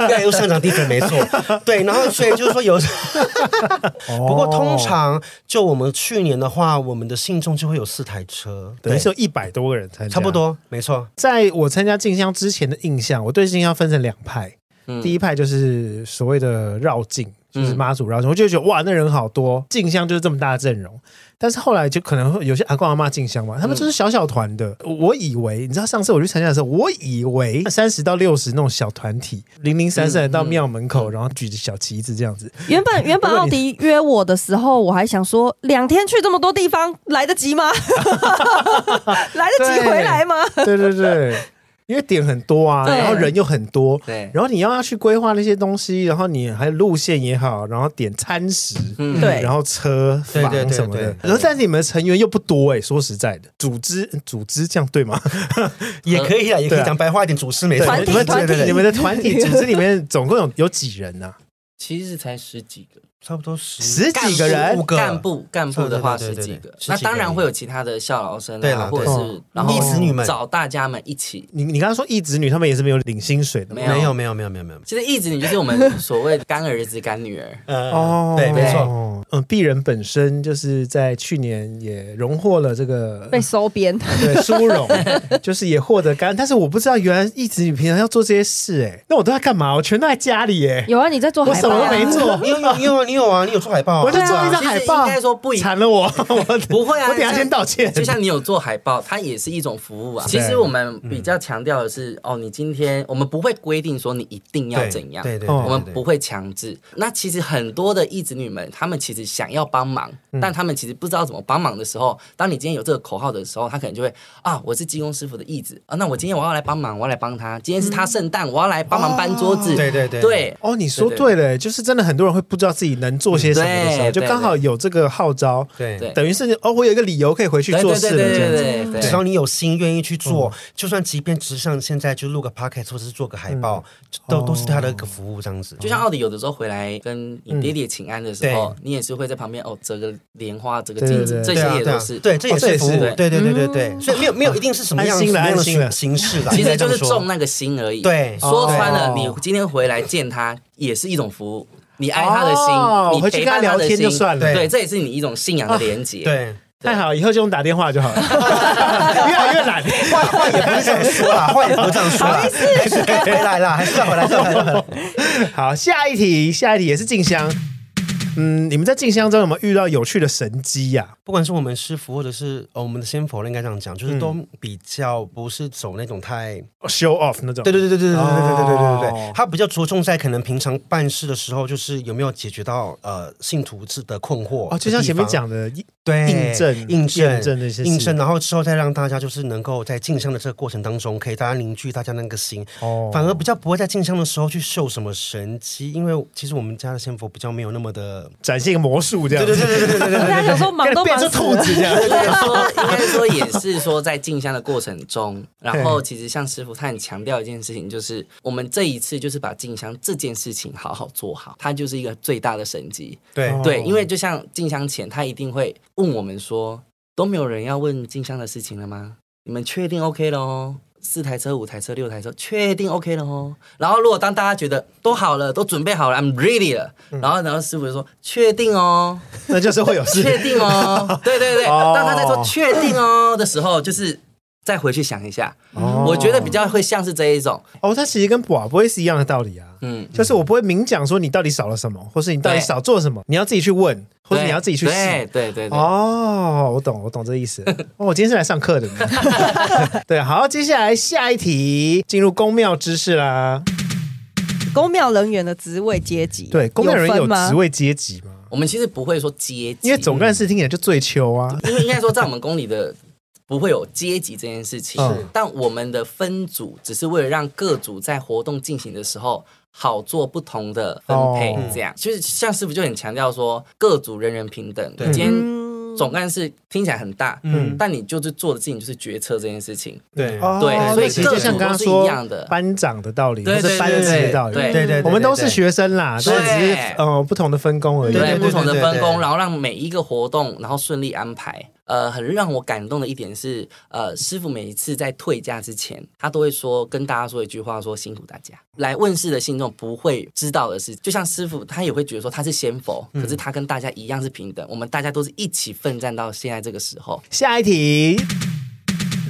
Speaker 1: 对？
Speaker 4: 对，又上涨地粉没错，对，然后所以就是说有。
Speaker 1: 哦
Speaker 4: 不过通常就我们去年的话，我们的信众就会有四台车，
Speaker 1: 等于是有一百多个人参加，
Speaker 4: 差不。多，没错。
Speaker 1: 在我参加静香之前的印象，我对静香分成两派，
Speaker 3: 嗯
Speaker 1: 第一派就是所谓的绕境，就是
Speaker 3: 嗯
Speaker 1: 妈祖绕境，我就觉得哇，那人好多，静香就是这么大的阵容。但是后来就可能会有些阿公阿妈进香
Speaker 3: 嗯
Speaker 1: 嘛，他们就是小小团的。我以为，你知道上次我去参加的时候，我以为三十到六十那种小团体，零零散散
Speaker 3: 嗯
Speaker 1: 地到庙门口，然后举着小旗子这样子。
Speaker 2: 原本原本奥迪约我的时候，我还想说两天去这么 多地方来得及吗？来得及回来吗？
Speaker 1: 对对对，因为点很多啊，
Speaker 2: 对
Speaker 1: 然后人又很多，
Speaker 3: 对
Speaker 1: 然后你要要去规划那些东西，然后你还有路线也好，然后点餐食，
Speaker 3: 嗯
Speaker 2: 对
Speaker 1: 然后车
Speaker 4: 对
Speaker 1: 房
Speaker 4: 对对
Speaker 1: 什么
Speaker 4: 对
Speaker 1: 的
Speaker 4: 对，
Speaker 1: 然后但是你们成员又不多哎，说实在的，组织组织这样对 吗？
Speaker 4: 也可以啊，也可
Speaker 1: 对
Speaker 4: 以
Speaker 1: 啊
Speaker 4: 讲白话一点，主事没
Speaker 2: 团
Speaker 1: 你
Speaker 2: 体
Speaker 1: 们
Speaker 2: 团体
Speaker 1: 你们的团体组织里面总共有有几人啊呢？
Speaker 3: 其实才十几个。
Speaker 4: 差不多十
Speaker 1: 十几个人
Speaker 4: 五个
Speaker 3: 干部干部的话
Speaker 4: 对
Speaker 3: 十
Speaker 4: 对对
Speaker 3: 几
Speaker 4: 对
Speaker 3: 个
Speaker 4: 对，十
Speaker 3: 那
Speaker 4: 几
Speaker 3: 当
Speaker 4: 个
Speaker 3: 然
Speaker 4: 人
Speaker 3: 会有其他的校老生
Speaker 4: 对
Speaker 3: 啊，
Speaker 4: 啦
Speaker 3: 或者
Speaker 1: 对
Speaker 3: 是然后
Speaker 4: 义子女们
Speaker 3: 找大家们一起。
Speaker 1: 你你刚刚说一子女他们也是没有领薪水的吗
Speaker 3: 没
Speaker 4: 没有没有没有没有没有，
Speaker 3: 其实义子女就是我 们所谓的干儿子干女儿，
Speaker 4: 呃
Speaker 1: 哦，
Speaker 4: 对，没错，
Speaker 1: 错。嗯，鄙人本身就是在去年也荣获了这个
Speaker 2: 被收编，
Speaker 1: 对殊荣， 就是也获得干，但是我不知道原来一直你平常要做这些事哎、那我都在干嘛？我全都在家里哎、
Speaker 2: 有啊，你在做
Speaker 1: 我
Speaker 2: 海
Speaker 1: 什
Speaker 2: 报
Speaker 1: 么都
Speaker 2: 啊，
Speaker 1: 没 做，
Speaker 4: 哦你有你有你有啊，你有做海报啊，
Speaker 1: 我就做了一
Speaker 3: 其
Speaker 1: 张海
Speaker 3: 实应
Speaker 1: 报，
Speaker 3: 该说不一
Speaker 1: 惨了我，我
Speaker 3: 不会啊
Speaker 1: 我等一下
Speaker 3: 像
Speaker 1: 先道歉。
Speaker 3: 就像你有做海报，它也是一种服务啊。其
Speaker 1: 对
Speaker 3: 实我们
Speaker 4: 嗯
Speaker 3: 比较强调的是，哦，你今天我们不会规定说你一定要
Speaker 4: 对
Speaker 3: 怎样，
Speaker 4: 对对，
Speaker 1: 哦
Speaker 3: 我们
Speaker 4: 对
Speaker 3: 不。会强制。那其实很多的义子女们，她们其实想要帮忙，但她们其实不知道怎么帮忙的时候，当你今天有这个口号的时候，她可能就会啊，我是技工师傅的义子啊，那我今天我要来帮忙，我要来帮他。今天是他圣诞，我要来帮忙搬桌子。
Speaker 4: 对对对
Speaker 3: 对
Speaker 1: 哦，你说对了、就是真的很多人会不知道自己能做些什么的时候，
Speaker 3: 对
Speaker 1: 就刚好有这个号召，
Speaker 4: 对
Speaker 3: 对
Speaker 1: 等于是哦，我有一个理由可以回去
Speaker 3: 对
Speaker 1: 做
Speaker 3: 对
Speaker 1: 事
Speaker 3: 对
Speaker 1: 了，这样
Speaker 3: 对
Speaker 1: 子。
Speaker 3: 对对嗯
Speaker 4: 只
Speaker 3: 对。
Speaker 4: 要你有心，愿意去做，就算即便只是像现在就录个 podcast 或者是做个海报，就都都是他的一个服务这样子。
Speaker 3: 嗯哦就像奥迪有的时候回来跟你爹爹请安的时候，你也是会在旁边哦折个莲花、折个
Speaker 1: 对
Speaker 3: 镜
Speaker 1: 对
Speaker 3: 子，
Speaker 1: 对
Speaker 3: 这
Speaker 4: 对啊
Speaker 3: 些也
Speaker 4: 对
Speaker 3: 都
Speaker 4: 啊
Speaker 3: 是嗯
Speaker 4: 对，这
Speaker 1: 哦
Speaker 4: 也
Speaker 1: 这也
Speaker 4: 是服务
Speaker 1: 是，
Speaker 4: 对对对对对，所以没有没有一定是什么样
Speaker 1: 安心了
Speaker 4: 什么样的
Speaker 1: 安心了
Speaker 4: 形形式啦，
Speaker 3: 其
Speaker 4: 应该
Speaker 3: 实
Speaker 4: 这
Speaker 3: 就是
Speaker 4: 么说
Speaker 3: 中那个心而已。
Speaker 4: 对
Speaker 3: 说穿了，
Speaker 1: 哦
Speaker 3: 你今天回来见他也是一种服务，你爱他的心，
Speaker 1: 哦
Speaker 3: 你
Speaker 1: 回去
Speaker 3: 陪
Speaker 1: 跟他
Speaker 3: 伴他
Speaker 1: 聊
Speaker 3: 的
Speaker 1: 天就
Speaker 3: 心
Speaker 1: 算了
Speaker 3: 对，
Speaker 4: 对
Speaker 3: 这也是你一种信仰的连接。
Speaker 4: 对。
Speaker 1: 太好，以后就用打电话就好了， 越来越懒。
Speaker 4: 话话也不是这样哎说 啦，话也不是这样说啦，还是该回来啦，还是要回来，再回来。
Speaker 1: 好，下一题，下一题也是静香。嗯，你们在静香中有没有遇到有趣的神机呀、
Speaker 4: 不管是我们师傅，或者是呃我们的先佛，应该这样讲，就是
Speaker 3: 嗯
Speaker 4: 都比较不是走那种太
Speaker 1: s h o w 哦 off 那种？
Speaker 4: 对对对对对对对对对对对对
Speaker 1: 哦
Speaker 4: 对，他比较着重在可能平常办事的时候，就是有没有解决到呃信徒之的困惑
Speaker 1: 哦，就像前面
Speaker 4: 的地方
Speaker 1: 讲的，
Speaker 4: 对
Speaker 1: 印证
Speaker 4: 印证
Speaker 1: 验证那些事
Speaker 4: 印证，然后之后再让大家就是能够在进香的这个过程当中，可以大家凝聚大家那个心，
Speaker 1: 哦
Speaker 4: 反而比较不会在进香的时候去秀什么神机，因为其实我们家的仙佛比较没有那么的，
Speaker 1: 展现一个魔术这样子。
Speaker 4: 对对对
Speaker 2: 大家有时候忙
Speaker 1: 变
Speaker 2: 都忙
Speaker 1: 变
Speaker 2: 死
Speaker 1: 成兔
Speaker 2: 了。
Speaker 1: 子这样，
Speaker 3: 应该说， 应该说也是说，在进香的过程中，然后其实像师傅他很强调一件事情，就是我们这一次就是把进香这件事情好好做好，它就是一个最大的神迹。
Speaker 4: 对
Speaker 1: 哦
Speaker 3: 对，因为就像进香前，他一定会问我们说，都没有人要问进香的事情了吗？你们确定 OK 了哦？四台车、五台车、六台车，确定 OK 了哦。然后如果当大家觉得都好了，都准备好了，I'm ready 了，
Speaker 1: 嗯
Speaker 3: 然后然后师傅就说确定哦，
Speaker 1: 那就是会有事。
Speaker 3: 确定 哦，对对对。
Speaker 1: 哦
Speaker 3: 当他在说确定哦的时候，就是再回去想一下，
Speaker 1: 哦
Speaker 3: 我觉得比较会像是这一种，
Speaker 1: 哦，它其实跟寡不会是一样的道理啊。
Speaker 3: 嗯，
Speaker 1: 就是我不会明讲说你到底少了什么，或是你到底
Speaker 3: 对
Speaker 1: 少做什么，你要自己去问，或者
Speaker 3: 对
Speaker 1: 你要自己去试
Speaker 3: 对。对对对，
Speaker 1: 哦，我懂，我懂这意思。哦，我今天是来上课的。 对，好，接下来下一题，进入宫庙知识啦。
Speaker 2: 公庙人员的职位阶级，
Speaker 1: 对，宫庙人有
Speaker 2: 分吗
Speaker 1: 职？位阶级吗？
Speaker 3: 我们其实不会说阶级，
Speaker 1: 因为总干事听起来就最秋啊。
Speaker 3: 因为应该说，在我们宫里的不会有阶级这件事情
Speaker 1: 是，
Speaker 3: 但我们的分组只是为了让各组在活动进行的时候好做不同的分配
Speaker 4: 嗯
Speaker 1: 哦，
Speaker 3: 这样。其实像师傅就很强调说，各组人人平等。
Speaker 4: 对
Speaker 3: 你今天
Speaker 2: 嗯，
Speaker 3: 总干事听起来很大，
Speaker 4: 嗯
Speaker 3: 但你就是做的事情就是决策这件事情，
Speaker 4: 对
Speaker 1: 哦，
Speaker 3: 对所以
Speaker 1: 其实就像
Speaker 3: 各组
Speaker 1: 刚刚
Speaker 3: 都是
Speaker 1: 说
Speaker 3: 一样的
Speaker 1: 班长的道理，或
Speaker 3: 对
Speaker 1: 是
Speaker 3: 对
Speaker 1: 班
Speaker 3: 对
Speaker 1: 级的道理。
Speaker 3: 对
Speaker 4: 对对，
Speaker 1: 我们都
Speaker 4: 对
Speaker 1: 是。学生啦，
Speaker 3: 对
Speaker 1: 但只是呃不同的分工而已。
Speaker 4: 对对对
Speaker 3: 不同的分
Speaker 4: 对对
Speaker 3: 工，然后让每一个活动然后顺利安排。呃，很让我感动的一点是，呃，师傅每一次在退假之前，他都会说跟大家说一句话，说辛苦大家。来问世的信众不会知道的是，就像师傅他也会觉得说他是先佛，
Speaker 1: 嗯
Speaker 3: 可是他跟大家一样是平等，我们大家都是一起奋战到现在这个时候。
Speaker 1: 下一题。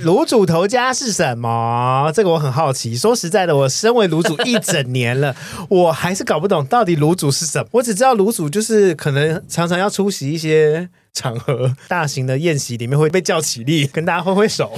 Speaker 1: 卤煮头家是什么？这个我很好奇。说实在的，我身为卤煮一整年 了，我还是搞不懂到底卤煮是什么。我只知道卤煮就是可能常常要出席一些场合、大型的宴席里面会被叫起立，跟大家挥挥 手。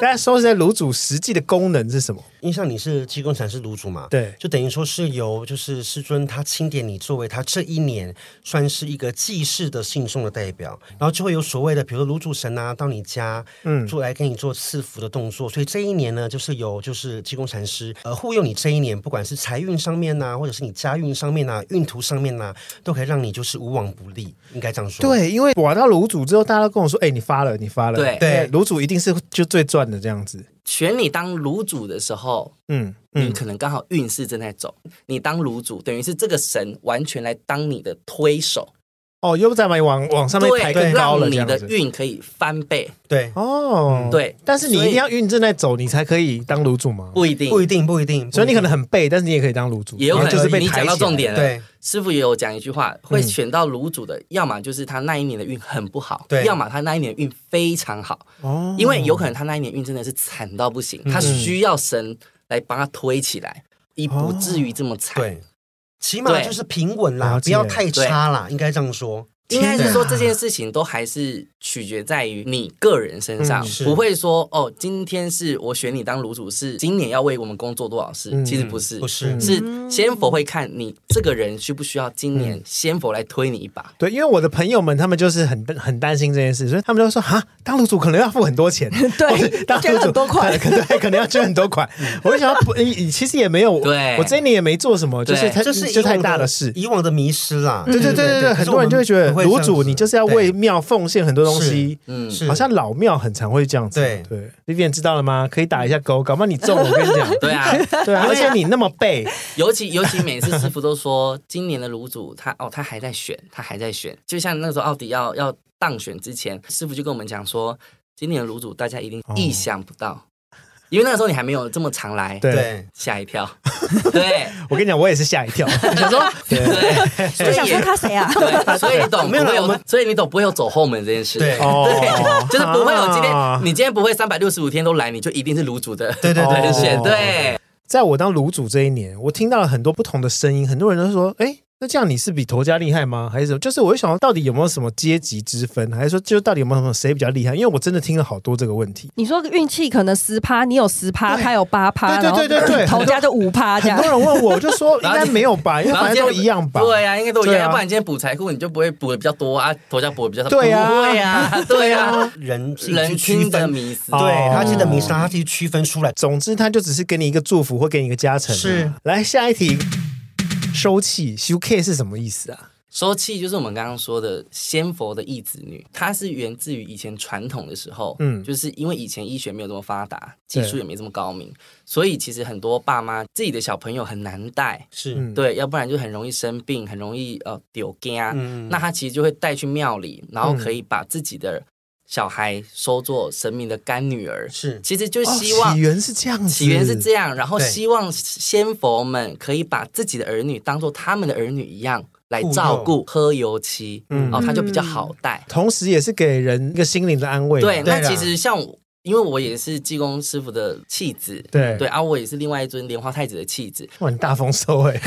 Speaker 1: 但说实在，卤煮实际的功能是什么？
Speaker 4: 因为像你是济公禅师卤煮嘛，
Speaker 1: 对
Speaker 4: 就等于说是由就是师尊他钦点你作为他这一年算是一个祭祀的信众的代表，然后就会有所谓的，比如说卤煮神啊到你家，嗯，做来给你做赐福的动作，所以这一年呢，就是有就是济公禅师呃护佑你这一年，不管是财运上面呐、或者是你家运上面呐、啊运途上面呐、都可以让你就是无往不利，应该这样说。，
Speaker 1: 对，因为我到卤煮之后，大家都跟我说：“哎、你发了，你发了。”
Speaker 3: 对
Speaker 4: 对
Speaker 1: 卤煮一定是就最赚的这样子。
Speaker 3: 选你当卤主的时候，
Speaker 1: 嗯
Speaker 3: 你
Speaker 1: 嗯，
Speaker 3: 可能刚好运势正在走，你当卤主等于是这个神完全来当你的推手，
Speaker 1: 哦，又再把你往往上面抬
Speaker 3: 对，
Speaker 1: 更高了这
Speaker 3: 让你
Speaker 1: 样
Speaker 3: 的
Speaker 1: 子。
Speaker 3: 运可以翻倍，
Speaker 4: 对，
Speaker 1: 哦，
Speaker 3: 对
Speaker 1: 但是你一
Speaker 3: 所以
Speaker 1: 定要运正在走，你才可以当卤煮吗？
Speaker 3: 不一定，
Speaker 4: 不一定，不一定，
Speaker 1: 所以你可
Speaker 4: 不一定
Speaker 1: 能很背，但是你也可以当卤煮，
Speaker 3: 也有
Speaker 1: 然
Speaker 3: 可
Speaker 1: 后
Speaker 3: 能
Speaker 1: 就是被
Speaker 3: 你
Speaker 1: 抬
Speaker 3: 讲
Speaker 1: 起
Speaker 3: 到
Speaker 1: 来
Speaker 3: 重点了。
Speaker 4: 对
Speaker 3: 师傅也有讲一句话，会
Speaker 1: 嗯
Speaker 3: 选到卤主的，要么就是他那一年的运很不好，
Speaker 4: 对
Speaker 3: 要么他那一年的运非常好，
Speaker 1: 哦，
Speaker 3: 因为有可能他那一年运真的是惨到不行，他需要神来帮他推起来，以不至于这么惨。
Speaker 4: 对，起码
Speaker 3: 对
Speaker 4: 就是平稳
Speaker 1: 了
Speaker 4: 啦，
Speaker 1: 解
Speaker 4: 不要太差啦，应该这样说。
Speaker 3: 应该是
Speaker 4: 对
Speaker 3: 说这件事情都还是取决在于你个人身上，
Speaker 4: 嗯是
Speaker 3: 不会说哦，今天是我选你当卤主，是今年要为我们工作多少事？
Speaker 1: 嗯
Speaker 3: 其实不是，
Speaker 4: 不是
Speaker 3: 是仙佛会看你这个人需不需要今
Speaker 4: 嗯
Speaker 3: 年仙佛来推你一把。
Speaker 1: 对，因为我的朋友们他们就是很很担心这件事，所以他们就说啊，当卤煮可能要付很多 钱， 或者
Speaker 2: 对，
Speaker 1: 当
Speaker 2: 捐
Speaker 1: 卤煮
Speaker 2: 很多款，
Speaker 1: 可能 对，可能要捐很多款。我就想要不，你其实也没有，
Speaker 3: 对
Speaker 1: 我这一年也没做什么，就是
Speaker 3: 对
Speaker 1: 它就
Speaker 4: 这
Speaker 1: 是就
Speaker 4: 以往
Speaker 1: 太大的事。
Speaker 4: 以往的迷失啦。
Speaker 1: 对对对对对，
Speaker 4: 可
Speaker 1: 很
Speaker 4: 是我
Speaker 1: 多人
Speaker 4: 们
Speaker 1: 就会觉得
Speaker 4: 不这样
Speaker 1: 卤
Speaker 4: 子
Speaker 1: 煮你就是要为庙奉献很多东西。
Speaker 3: 嗯，
Speaker 4: 是
Speaker 1: 好像老庙很常会这样子，
Speaker 4: 对
Speaker 1: 对，Vivian 知道了吗？可以打一下勾，搞不好你中了，我跟你 讲，
Speaker 3: 对啊，
Speaker 1: 对啊，而且你那么背，
Speaker 3: 尤其尤其每次师傅都说，今年的卤煮他哦，他还在选，他还在选。就像那时候奥迪要要当选之前，师傅就跟我们讲说，今年的卤煮大家一定意想不
Speaker 4: 哦
Speaker 3: 到，因为那个时候你还没有这么常来，
Speaker 1: 对
Speaker 4: 对
Speaker 3: 吓一跳。 对
Speaker 1: 我跟你讲，我也是吓一 跳，想说
Speaker 3: 对，所
Speaker 2: 就想
Speaker 3: 以
Speaker 2: 说他谁啊？
Speaker 3: 对，所以你懂
Speaker 4: 没有啦
Speaker 3: 不会
Speaker 4: 我们
Speaker 3: 有，所以你懂不会有走后门这件事。
Speaker 4: 对
Speaker 1: 哦，
Speaker 3: 就是不会有今天，
Speaker 1: 啊
Speaker 3: 你今天不会三百六十五天都来，你就一定是卤煮的
Speaker 4: 对对对
Speaker 3: 人 选。
Speaker 1: 哦
Speaker 3: 对，
Speaker 1: 在我当卤煮这一年，我听到了很多不同的声音，很多人都说：“哎，那这样你是比头家厉害吗？还是什么？”就是我就想到，到底有没有什么阶级之分，还是说就到底有没有什么谁比较厉害？因为我真的听了好多这个问题，
Speaker 2: 你说运气可能十趴，你有十趴，他有八趴，
Speaker 1: 对对对对对
Speaker 2: 然后头家就五趴这
Speaker 1: 很
Speaker 2: 样
Speaker 1: 多。人问我，我就 说应
Speaker 3: 然后
Speaker 1: 该没有吧，因为
Speaker 3: 然后
Speaker 1: 反
Speaker 3: 今
Speaker 1: 正
Speaker 3: 天
Speaker 1: 都一样吧。
Speaker 3: 对啊，应该都一
Speaker 1: 对
Speaker 3: 样，
Speaker 1: 啊
Speaker 3: 要不然你今天补财库，你就不会补的比较多啊，头家补的比较少。
Speaker 1: 对啊
Speaker 3: 不会啊，对 啊，
Speaker 4: 人自己去
Speaker 3: 人
Speaker 4: 区
Speaker 3: 均的
Speaker 4: 分，
Speaker 3: 迷思。
Speaker 1: 哦
Speaker 4: 对他自己的迷失，他自己区分出来。
Speaker 1: 总之，他就只是给你一个祝福或给你一个加成。
Speaker 4: 是，
Speaker 1: 来下一题，收气修 K 是什么意思啊？
Speaker 3: 收气就是我们刚刚说的仙佛的义子女，它是源自于以前传统的时候，
Speaker 1: 嗯
Speaker 3: 嗯，就是因为以前医学没有这么发达，
Speaker 1: 对
Speaker 3: 技术也没这么高明，所以其实很多爸妈自己的小朋友很难带，
Speaker 4: 是，
Speaker 1: 嗯
Speaker 3: 对，要不然就很容易生病，很容易呃丢家。
Speaker 4: 嗯
Speaker 3: 那他其实就会带去庙里，然后可以把自己的小孩收作神明的干女儿，
Speaker 4: 是
Speaker 3: 其实就希
Speaker 1: 哦
Speaker 3: 望
Speaker 1: 起。源是这样子，
Speaker 3: 起源是这样，然后
Speaker 4: 对
Speaker 3: 希望仙佛们可以把自己的儿女当做他们的儿女一样来照顾，喝油漆，
Speaker 1: 嗯
Speaker 3: 哦，他就比较好带。
Speaker 1: 同时也是给人一个心灵的安慰。
Speaker 3: 对，那
Speaker 4: 对啦
Speaker 3: 其实像我，因为我也是济公师傅的弃子，
Speaker 1: 对
Speaker 3: 对，啊，我也是另外一尊莲花太子的弃子，
Speaker 1: 哇，你大丰收哎、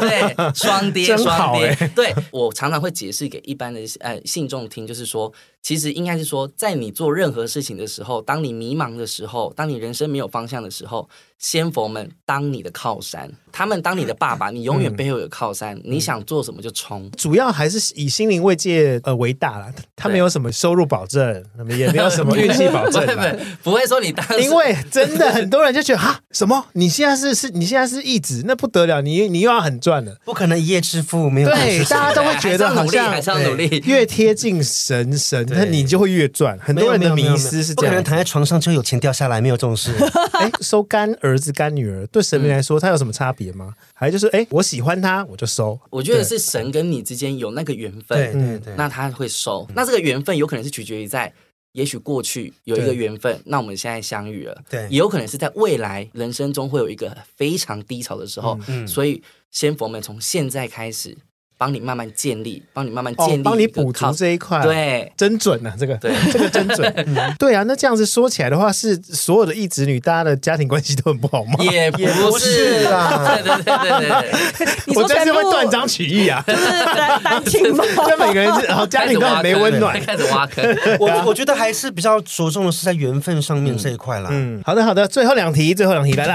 Speaker 3: 对， 双跌
Speaker 1: 真
Speaker 3: 双
Speaker 1: 好
Speaker 3: 跌。
Speaker 1: 欸
Speaker 3: 对我常常会解释给一般的呃信众听，就是说，其实应该是说，在你做任何事情的时候，当你迷茫的时候，当你人生没有方向的时候，仙佛们当你的靠山，他们当你的爸爸，你永
Speaker 1: 嗯
Speaker 3: 远背后有靠山，你想做什么就 冲。
Speaker 1: 主要还是以心灵慰藉呃为大啦，他
Speaker 3: 对
Speaker 1: 没有什么收入保证，那么也没有什 么运气保
Speaker 3: 不
Speaker 1: 证
Speaker 3: 会不
Speaker 1: 啦。
Speaker 3: 会不会说你当时
Speaker 1: 因为真的很多人就觉得啊，什么你现在是是你现在是一直那不得了，你你又要很赚了。
Speaker 4: 不可能一夜致富，没有这种
Speaker 1: 对
Speaker 4: 事情
Speaker 1: 大家都会觉得好像
Speaker 3: 还是要努力，还是要努力。
Speaker 1: 越贴近神神，
Speaker 4: 对
Speaker 1: 那你就会越赚。很
Speaker 4: 没
Speaker 1: 多
Speaker 4: 有
Speaker 1: 人
Speaker 4: 没
Speaker 1: 的
Speaker 4: 有没有
Speaker 1: 迷
Speaker 4: 没有
Speaker 1: 思是
Speaker 4: 不
Speaker 1: 这
Speaker 4: 可能
Speaker 1: 样。
Speaker 4: 躺在床上就有钱掉下来，没有这种事。
Speaker 1: 哎， 收干儿子干女儿对神明来说，它有什么差别吗？还有就是，哎，我喜欢他，我就收。
Speaker 3: 嗯我觉得是神跟你之间有那个缘分，
Speaker 4: 对对
Speaker 1: 嗯
Speaker 4: 对，
Speaker 3: 那他会收。那这个缘分有可能是取决于在，也许过去有一个
Speaker 4: 对
Speaker 3: 缘分，那我们现在相遇了，
Speaker 4: 对
Speaker 3: 也有可能是在未来人
Speaker 1: 嗯
Speaker 3: 生中会有一个非常低潮的时候，所以仙佛们从现在开始帮你慢慢建立，帮你慢慢
Speaker 1: 哦
Speaker 3: 建立一个靠，
Speaker 1: 帮你补足这一块啊
Speaker 3: 对，
Speaker 1: 真准啊，这个
Speaker 3: 对
Speaker 1: 这个 真准、嗯对啊，那这样子说起来的话，是所有的义子女，大家的家庭关系都很哦不好吗？
Speaker 3: 也
Speaker 4: 也不
Speaker 3: 不
Speaker 4: 是
Speaker 3: 是
Speaker 4: 啦
Speaker 3: 啦， 对对对对对对，
Speaker 2: 你
Speaker 1: 我
Speaker 2: 说
Speaker 1: 真
Speaker 2: 全
Speaker 1: 是
Speaker 2: 部
Speaker 1: 会断章取义啊！
Speaker 2: 就是单单亲吗？
Speaker 1: 那每个人是，然后家
Speaker 3: 开
Speaker 1: 庭
Speaker 3: 始
Speaker 1: 都
Speaker 3: 挖
Speaker 1: 很没
Speaker 3: 坑
Speaker 1: 温
Speaker 3: 了
Speaker 1: 暖。
Speaker 3: 开始挖坑，
Speaker 4: 我我觉得还是比较着重的是在缘分上面这一块啦。
Speaker 1: 嗯，好的好的，最后两题，最后两题来了。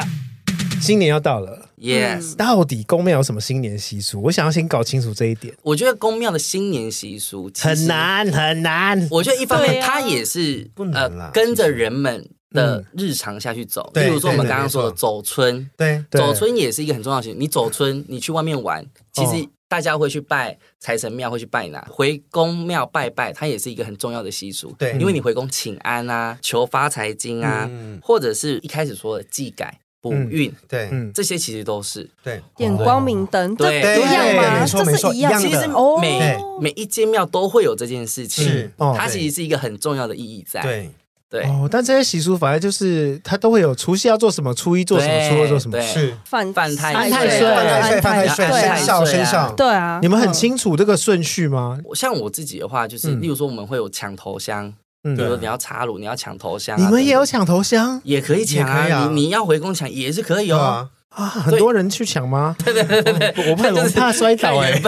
Speaker 1: 新年要到了，
Speaker 3: yes。
Speaker 1: 到底宫庙有什么新年习俗？我想要先搞清楚这一点，
Speaker 3: 我觉得宫庙的新年习俗其实
Speaker 1: 很难很难。
Speaker 3: 我觉得一方
Speaker 2: 对
Speaker 3: 面
Speaker 2: 啊
Speaker 3: 它也是
Speaker 4: 不难啦
Speaker 3: 呃跟着人们的日常下去走，
Speaker 1: 嗯
Speaker 3: 例如说我们
Speaker 4: 对对
Speaker 3: 刚刚说
Speaker 4: 没
Speaker 3: 的走村，
Speaker 4: 对，哦
Speaker 1: 对
Speaker 3: 走村也是一个很重要的事情。你走村，你去外面玩，其实大家会去拜财神庙，会去拜哪，回宫庙拜拜，它也是一个很重要的习俗。
Speaker 4: 对
Speaker 3: 因为你回宫请安啊，求发财金啊
Speaker 4: 嗯，
Speaker 3: 或者是一开始说的祭改、补运，
Speaker 4: 对，
Speaker 1: 嗯，
Speaker 3: 这些其实都是。
Speaker 4: 对，
Speaker 2: 点光明灯，这
Speaker 3: 对
Speaker 2: 一样
Speaker 4: 对
Speaker 2: 吗？
Speaker 4: 没错
Speaker 2: 这
Speaker 4: 没错
Speaker 2: 是一样
Speaker 4: 一
Speaker 3: 其
Speaker 4: 样
Speaker 3: 实
Speaker 4: 的
Speaker 2: 哦。
Speaker 3: 每
Speaker 4: 对
Speaker 3: 每一间庙都会有这件事情，
Speaker 4: 是
Speaker 1: 哦
Speaker 3: 它
Speaker 4: 对
Speaker 3: 其实是一个很重要的意义在。
Speaker 4: 对，
Speaker 3: 对
Speaker 1: 哦，但这些习俗反而就是它都会有除夕要做什么，初一做什么，
Speaker 3: 对
Speaker 1: 初二做什么
Speaker 3: 对。
Speaker 4: 是
Speaker 2: 犯
Speaker 3: 犯太
Speaker 1: 犯太岁
Speaker 3: 岁，
Speaker 1: 犯太
Speaker 4: 岁，犯太岁，
Speaker 2: 对
Speaker 3: 犯太
Speaker 4: 生
Speaker 3: 岁
Speaker 4: 肖，
Speaker 3: 啊
Speaker 4: 生肖，
Speaker 2: 对啊，
Speaker 1: 你们很
Speaker 2: 嗯
Speaker 1: 清楚这个顺序吗？
Speaker 3: 我像我自己的话，就是
Speaker 1: 嗯
Speaker 3: 例如说我们会有抢头香，
Speaker 1: 嗯
Speaker 3: 比如说你要插乳，你要抢头香啊，
Speaker 1: 你们也有
Speaker 3: 等等
Speaker 1: 抢头香
Speaker 3: 也可以抢
Speaker 4: 也可以啊
Speaker 3: 啊，你你要回宫抢也是可以
Speaker 4: 对
Speaker 3: 哦。
Speaker 4: 啊，
Speaker 1: 啊？很多人去抢吗？对对对对，我怕我怕摔倒哎，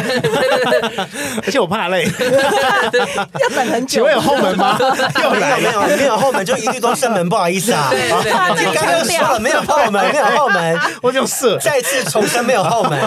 Speaker 1: 而且我怕累。
Speaker 2: 要等很
Speaker 1: 请
Speaker 2: 久
Speaker 1: 问。有后门 吗？又
Speaker 4: 没有
Speaker 1: 来
Speaker 4: 没
Speaker 1: 了。
Speaker 4: 有没有后门就一律都正门，不好意思啊。
Speaker 3: 对对
Speaker 2: 怕这
Speaker 3: 对
Speaker 4: 刚
Speaker 2: 个
Speaker 4: 刚又说了没有后门，没有后门，
Speaker 1: 我就射。
Speaker 4: 再次重申没有后门。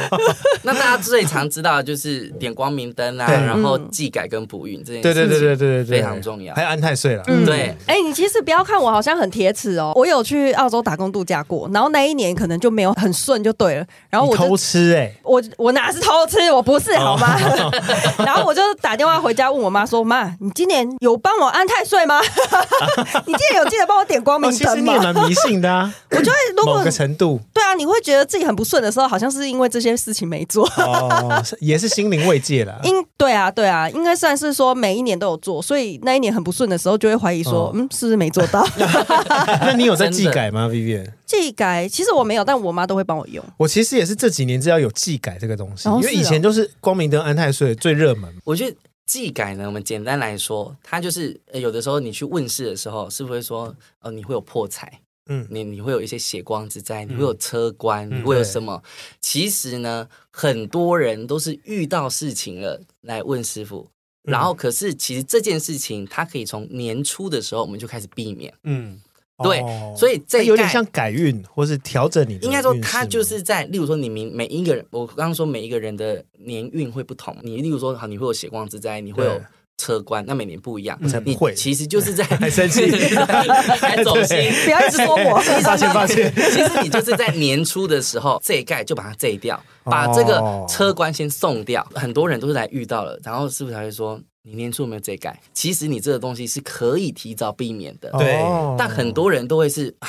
Speaker 3: 那大家最常知道的就是点光明灯啊，
Speaker 1: 对
Speaker 3: 然后祭改跟补运这件事情，
Speaker 1: 对对对对对对对，
Speaker 3: 非常重要
Speaker 1: 还有安太岁了，
Speaker 2: 嗯
Speaker 3: 对，
Speaker 2: 哎、你其实不要看我好像很铁齿哦，我有去澳洲打工度假过，然后那一年可能就没有很顺就对了，然后
Speaker 1: 你
Speaker 2: 哦我就
Speaker 1: 偷吃哎，
Speaker 2: 我我哪是偷吃，我不是好吗？
Speaker 1: 哦
Speaker 2: 然后我就打电话回家问我妈说：“妈，你今年有帮我安 太岁吗？你今年有记得帮我点光明
Speaker 1: 哦，其实
Speaker 2: 灯
Speaker 1: 你
Speaker 2: 吗
Speaker 1: 也？”蛮迷信的啊，
Speaker 2: 我就会 如
Speaker 1: 某
Speaker 2: 果
Speaker 1: 个程度
Speaker 2: 对啊，你会觉得自己很不顺的时候，好像是因为这些事情没做。
Speaker 1: 哦，是也是心灵慰藉 啦。
Speaker 2: 应对啊，对啊，应该算是说每一年都有做，所以那一年很不顺的时候，就会怀疑
Speaker 1: 哦
Speaker 2: 说，嗯，是不是没做到？
Speaker 1: 那你有在技
Speaker 3: 真的
Speaker 1: 改吗，Vivian？
Speaker 2: 这一改其实我没有，但我妈都会帮我用。
Speaker 1: 我其实也是这几年知道有技改这个东西，
Speaker 3: 啊
Speaker 2: 哦
Speaker 1: 因为以前都是光明灯、安太岁最热门嘛。
Speaker 3: 我觉得技改呢，我们简单来说，它就是呃有的时候你去问世的时候，是不是会说，呃，你会有破财，
Speaker 1: 嗯
Speaker 3: 你你会有一些血光之灾，你会有车关，你会有什么？其实呢，很多人都是遇到事情了来问师傅。
Speaker 1: 嗯
Speaker 3: 然后，可是其实这件事情，它可以从年初的时候我们就开始避免，
Speaker 4: 嗯，
Speaker 3: 对
Speaker 1: 哦
Speaker 3: 所以这
Speaker 1: 它
Speaker 3: 一
Speaker 1: 有点
Speaker 3: 概
Speaker 1: 像改运或是调整你的运势
Speaker 3: 应
Speaker 1: 吗。
Speaker 3: 该说，它就是在，例如说，你每每一个人，我刚刚说每一个人的年运会不同。你例如说，好，你会有血光之灾，你会有
Speaker 1: 对
Speaker 3: 车关，那每年不一样。
Speaker 1: 我才不
Speaker 3: 你
Speaker 1: 会
Speaker 3: 其实就是 在还
Speaker 1: 生气
Speaker 3: 还走心。
Speaker 2: 不要一直说我，
Speaker 1: 抱 歉抱歉，
Speaker 3: 其实你就是在年初的时候，这一盖就把它这一掉，把这
Speaker 1: 哦
Speaker 3: 个车关先送掉。很多人都是来遇到了，然后师傅才会说，你年初有没有这一盖？其实你这个东西是可以提早避免的。
Speaker 4: 对
Speaker 1: 哦
Speaker 3: 但很多人都会是啊，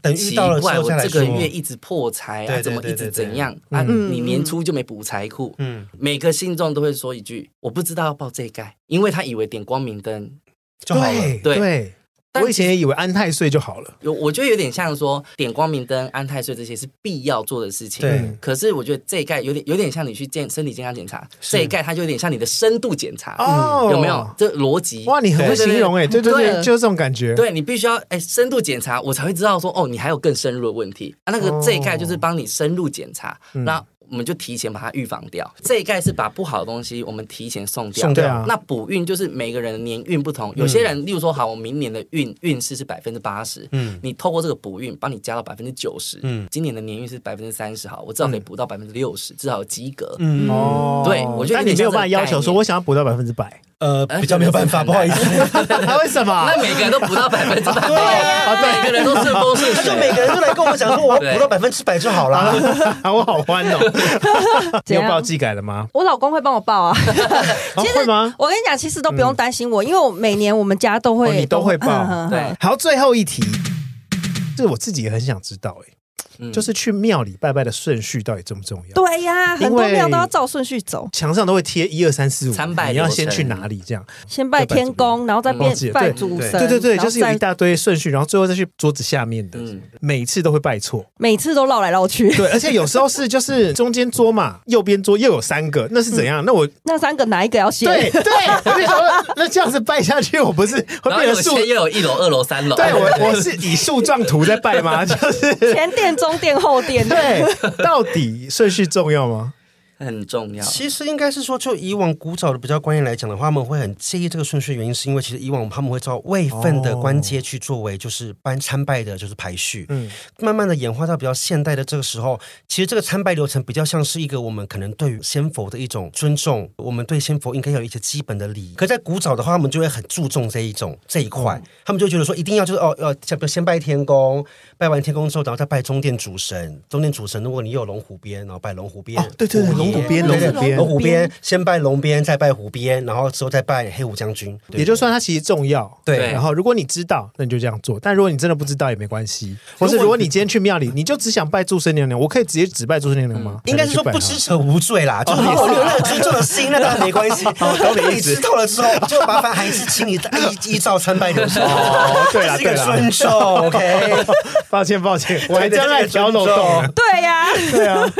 Speaker 4: 等遇
Speaker 3: 奇
Speaker 4: 到了之
Speaker 3: 怪，
Speaker 4: 后
Speaker 3: 我
Speaker 4: 再来
Speaker 3: 这
Speaker 4: 说
Speaker 3: 个。月一直破财
Speaker 4: 对对
Speaker 3: 啊，怎么
Speaker 4: 对
Speaker 3: 一
Speaker 4: 对
Speaker 3: 直
Speaker 4: 对
Speaker 3: 怎样啊？
Speaker 2: 嗯
Speaker 3: 你年初就没补财库。
Speaker 4: 嗯，
Speaker 3: 每个信众都会说一句：“我不知道要报这一盖，因为他以为点光明灯。
Speaker 4: 就好了。
Speaker 1: 对对。
Speaker 3: 但
Speaker 1: 我以前也以为安太岁就好了，
Speaker 3: 有，我觉得有点像说点光明灯、安太岁这些是必要做的事情。
Speaker 4: 对
Speaker 3: 可是我觉得这一盖有点有点像你去健身体健康检查，这一盖它就有点像你的深度检查，
Speaker 1: 哦
Speaker 3: 嗯有没有？这逻辑
Speaker 1: 哇，你很会
Speaker 3: 对对对
Speaker 1: 形容哎，对对对，
Speaker 2: 对
Speaker 1: 就是这种感觉。
Speaker 3: 对你必须要哎深度检查，我才会知道说哦，你还有更深入的问题。啊，那个
Speaker 1: 哦嗯
Speaker 3: 这一概就是帮你深入检查，那、我们就提前把它预防掉。这一概是把不好的东西我们提前送掉。
Speaker 4: 送
Speaker 1: 掉对啊嗯
Speaker 3: 那补运就是每个人的年运不同，有些人例如说好，我明年的运运势是百分之八十，
Speaker 4: 嗯
Speaker 3: 你透过这个补运帮你加到百分之九十，
Speaker 4: 嗯
Speaker 3: 今年的年运是百分之三十，好，我至
Speaker 1: 嗯
Speaker 3: 少可以补到百分之六十，至少有及格。
Speaker 4: 嗯，
Speaker 1: 哦
Speaker 3: 对我觉得
Speaker 1: 但
Speaker 3: 有
Speaker 1: 你没有
Speaker 3: 点像这个
Speaker 1: 办法要求
Speaker 3: 概
Speaker 1: 说，
Speaker 3: 念
Speaker 1: 我想要补到百分之 百，
Speaker 4: 呃，比较没有办法，
Speaker 3: 呃
Speaker 4: 不好意思，
Speaker 1: 啊为什么？
Speaker 3: 那每个人都补到百分之百，
Speaker 1: 啊 对
Speaker 3: 每个人都顺风顺
Speaker 4: 他
Speaker 3: 水，
Speaker 4: 就每个人都来跟我们讲说，我
Speaker 3: 对
Speaker 4: 补到百分之百就好啦。
Speaker 1: 啊， 我好欢哦！ 你
Speaker 2: 怎
Speaker 1: 有
Speaker 2: 样
Speaker 1: 报技改了吗？
Speaker 2: 我老公会帮我报啊。
Speaker 1: 啊
Speaker 2: 其
Speaker 1: 会
Speaker 2: 实
Speaker 1: 吗
Speaker 2: 我跟你讲，其实都不用担心我，因为我每年我们家都会，
Speaker 1: 哦你都会报
Speaker 2: 嗯嗯嗯
Speaker 3: 对
Speaker 1: 好，最后一题，这我自己也很想知道哎、
Speaker 3: 嗯
Speaker 1: 就是去庙里拜拜的顺序到底重不重要？
Speaker 2: 对呀，
Speaker 1: 因为
Speaker 2: 很多庙都要照顺序走，
Speaker 1: 墙上都会贴一二三四五，
Speaker 3: 参拜
Speaker 1: 你要
Speaker 3: 流
Speaker 1: 先
Speaker 3: 程
Speaker 1: 去哪里这样？
Speaker 2: 先拜天公，然后再
Speaker 1: 忘
Speaker 2: 变
Speaker 1: 记了
Speaker 2: 拜
Speaker 1: 对
Speaker 2: 主神，
Speaker 1: 对对对，
Speaker 2: 然后
Speaker 1: 就是有
Speaker 2: 再
Speaker 1: 一大堆顺序，然后最后再去桌子下面的，
Speaker 3: 嗯
Speaker 1: 每次都会拜错。
Speaker 2: 每次都绕来绕去。
Speaker 1: 对，而且有时候是就是中间桌 嘛，右边桌又有三个，那是怎样？那我
Speaker 2: 那三个哪一个要先？
Speaker 1: 嗯对 对，我就想说，那这样子拜下去，我不是会
Speaker 3: 然后
Speaker 1: 变
Speaker 3: 有
Speaker 1: 成树？
Speaker 3: 先又有一楼、二楼、三楼，
Speaker 1: 对我我是以树状图在拜 吗？就是
Speaker 2: 前殿、中殿、后殿。
Speaker 1: 对，到底顺序重要吗？
Speaker 3: 很重要。
Speaker 4: 其实应该是说，就以往古早的比较观念来讲的话，他们会很介意这个顺序，原因是因为其实以往他们会照位分的官阶去作为就是班参拜的就是排序，
Speaker 1: 嗯
Speaker 4: 嗯，慢慢的演化到比较现代的这个时候，其实这个参拜流程比较像是一个我们可能对于先佛的一种尊重，我们对先佛应该要有一些基本的礼仪。可在古早的话，他们就会很注重这一种这一块，他们就觉得说一定要就是哦要先先拜天公，拜完天公之后，然后再拜中殿主神，中殿主神如果你有龙虎边，然后拜龙虎边，
Speaker 1: 龙虎边，
Speaker 4: 哦对
Speaker 1: 龙
Speaker 4: 对
Speaker 1: 虎
Speaker 4: 对
Speaker 1: 边
Speaker 4: 龙，虎边，先拜龙边，再拜虎边，然后之后再拜黑虎将军。对
Speaker 1: 也就是说它其实重要。
Speaker 4: 对
Speaker 1: 然后如果你知道，那你就这样做；但如果你真的不知道也没关系，或是如果你今天去庙里，你就只想拜祝生娘娘，我可以直接只拜祝生娘娘吗？
Speaker 4: 嗯应该是说不知
Speaker 1: 是
Speaker 4: 者无罪啦，
Speaker 1: 哦
Speaker 4: 就是如果有那尊重的心，那当然没关 系。你知道了之后，就麻烦还是请你依依照参拜流程。
Speaker 1: 哦对啦
Speaker 4: 这是一个
Speaker 1: 对啦
Speaker 4: 尊重，OK。
Speaker 1: 抱歉抱 歉， 我还真
Speaker 4: 这
Speaker 1: 来
Speaker 4: 是一个
Speaker 1: 挑漏
Speaker 4: 尊重
Speaker 1: 洞了。
Speaker 2: 对呀，
Speaker 1: 对啊。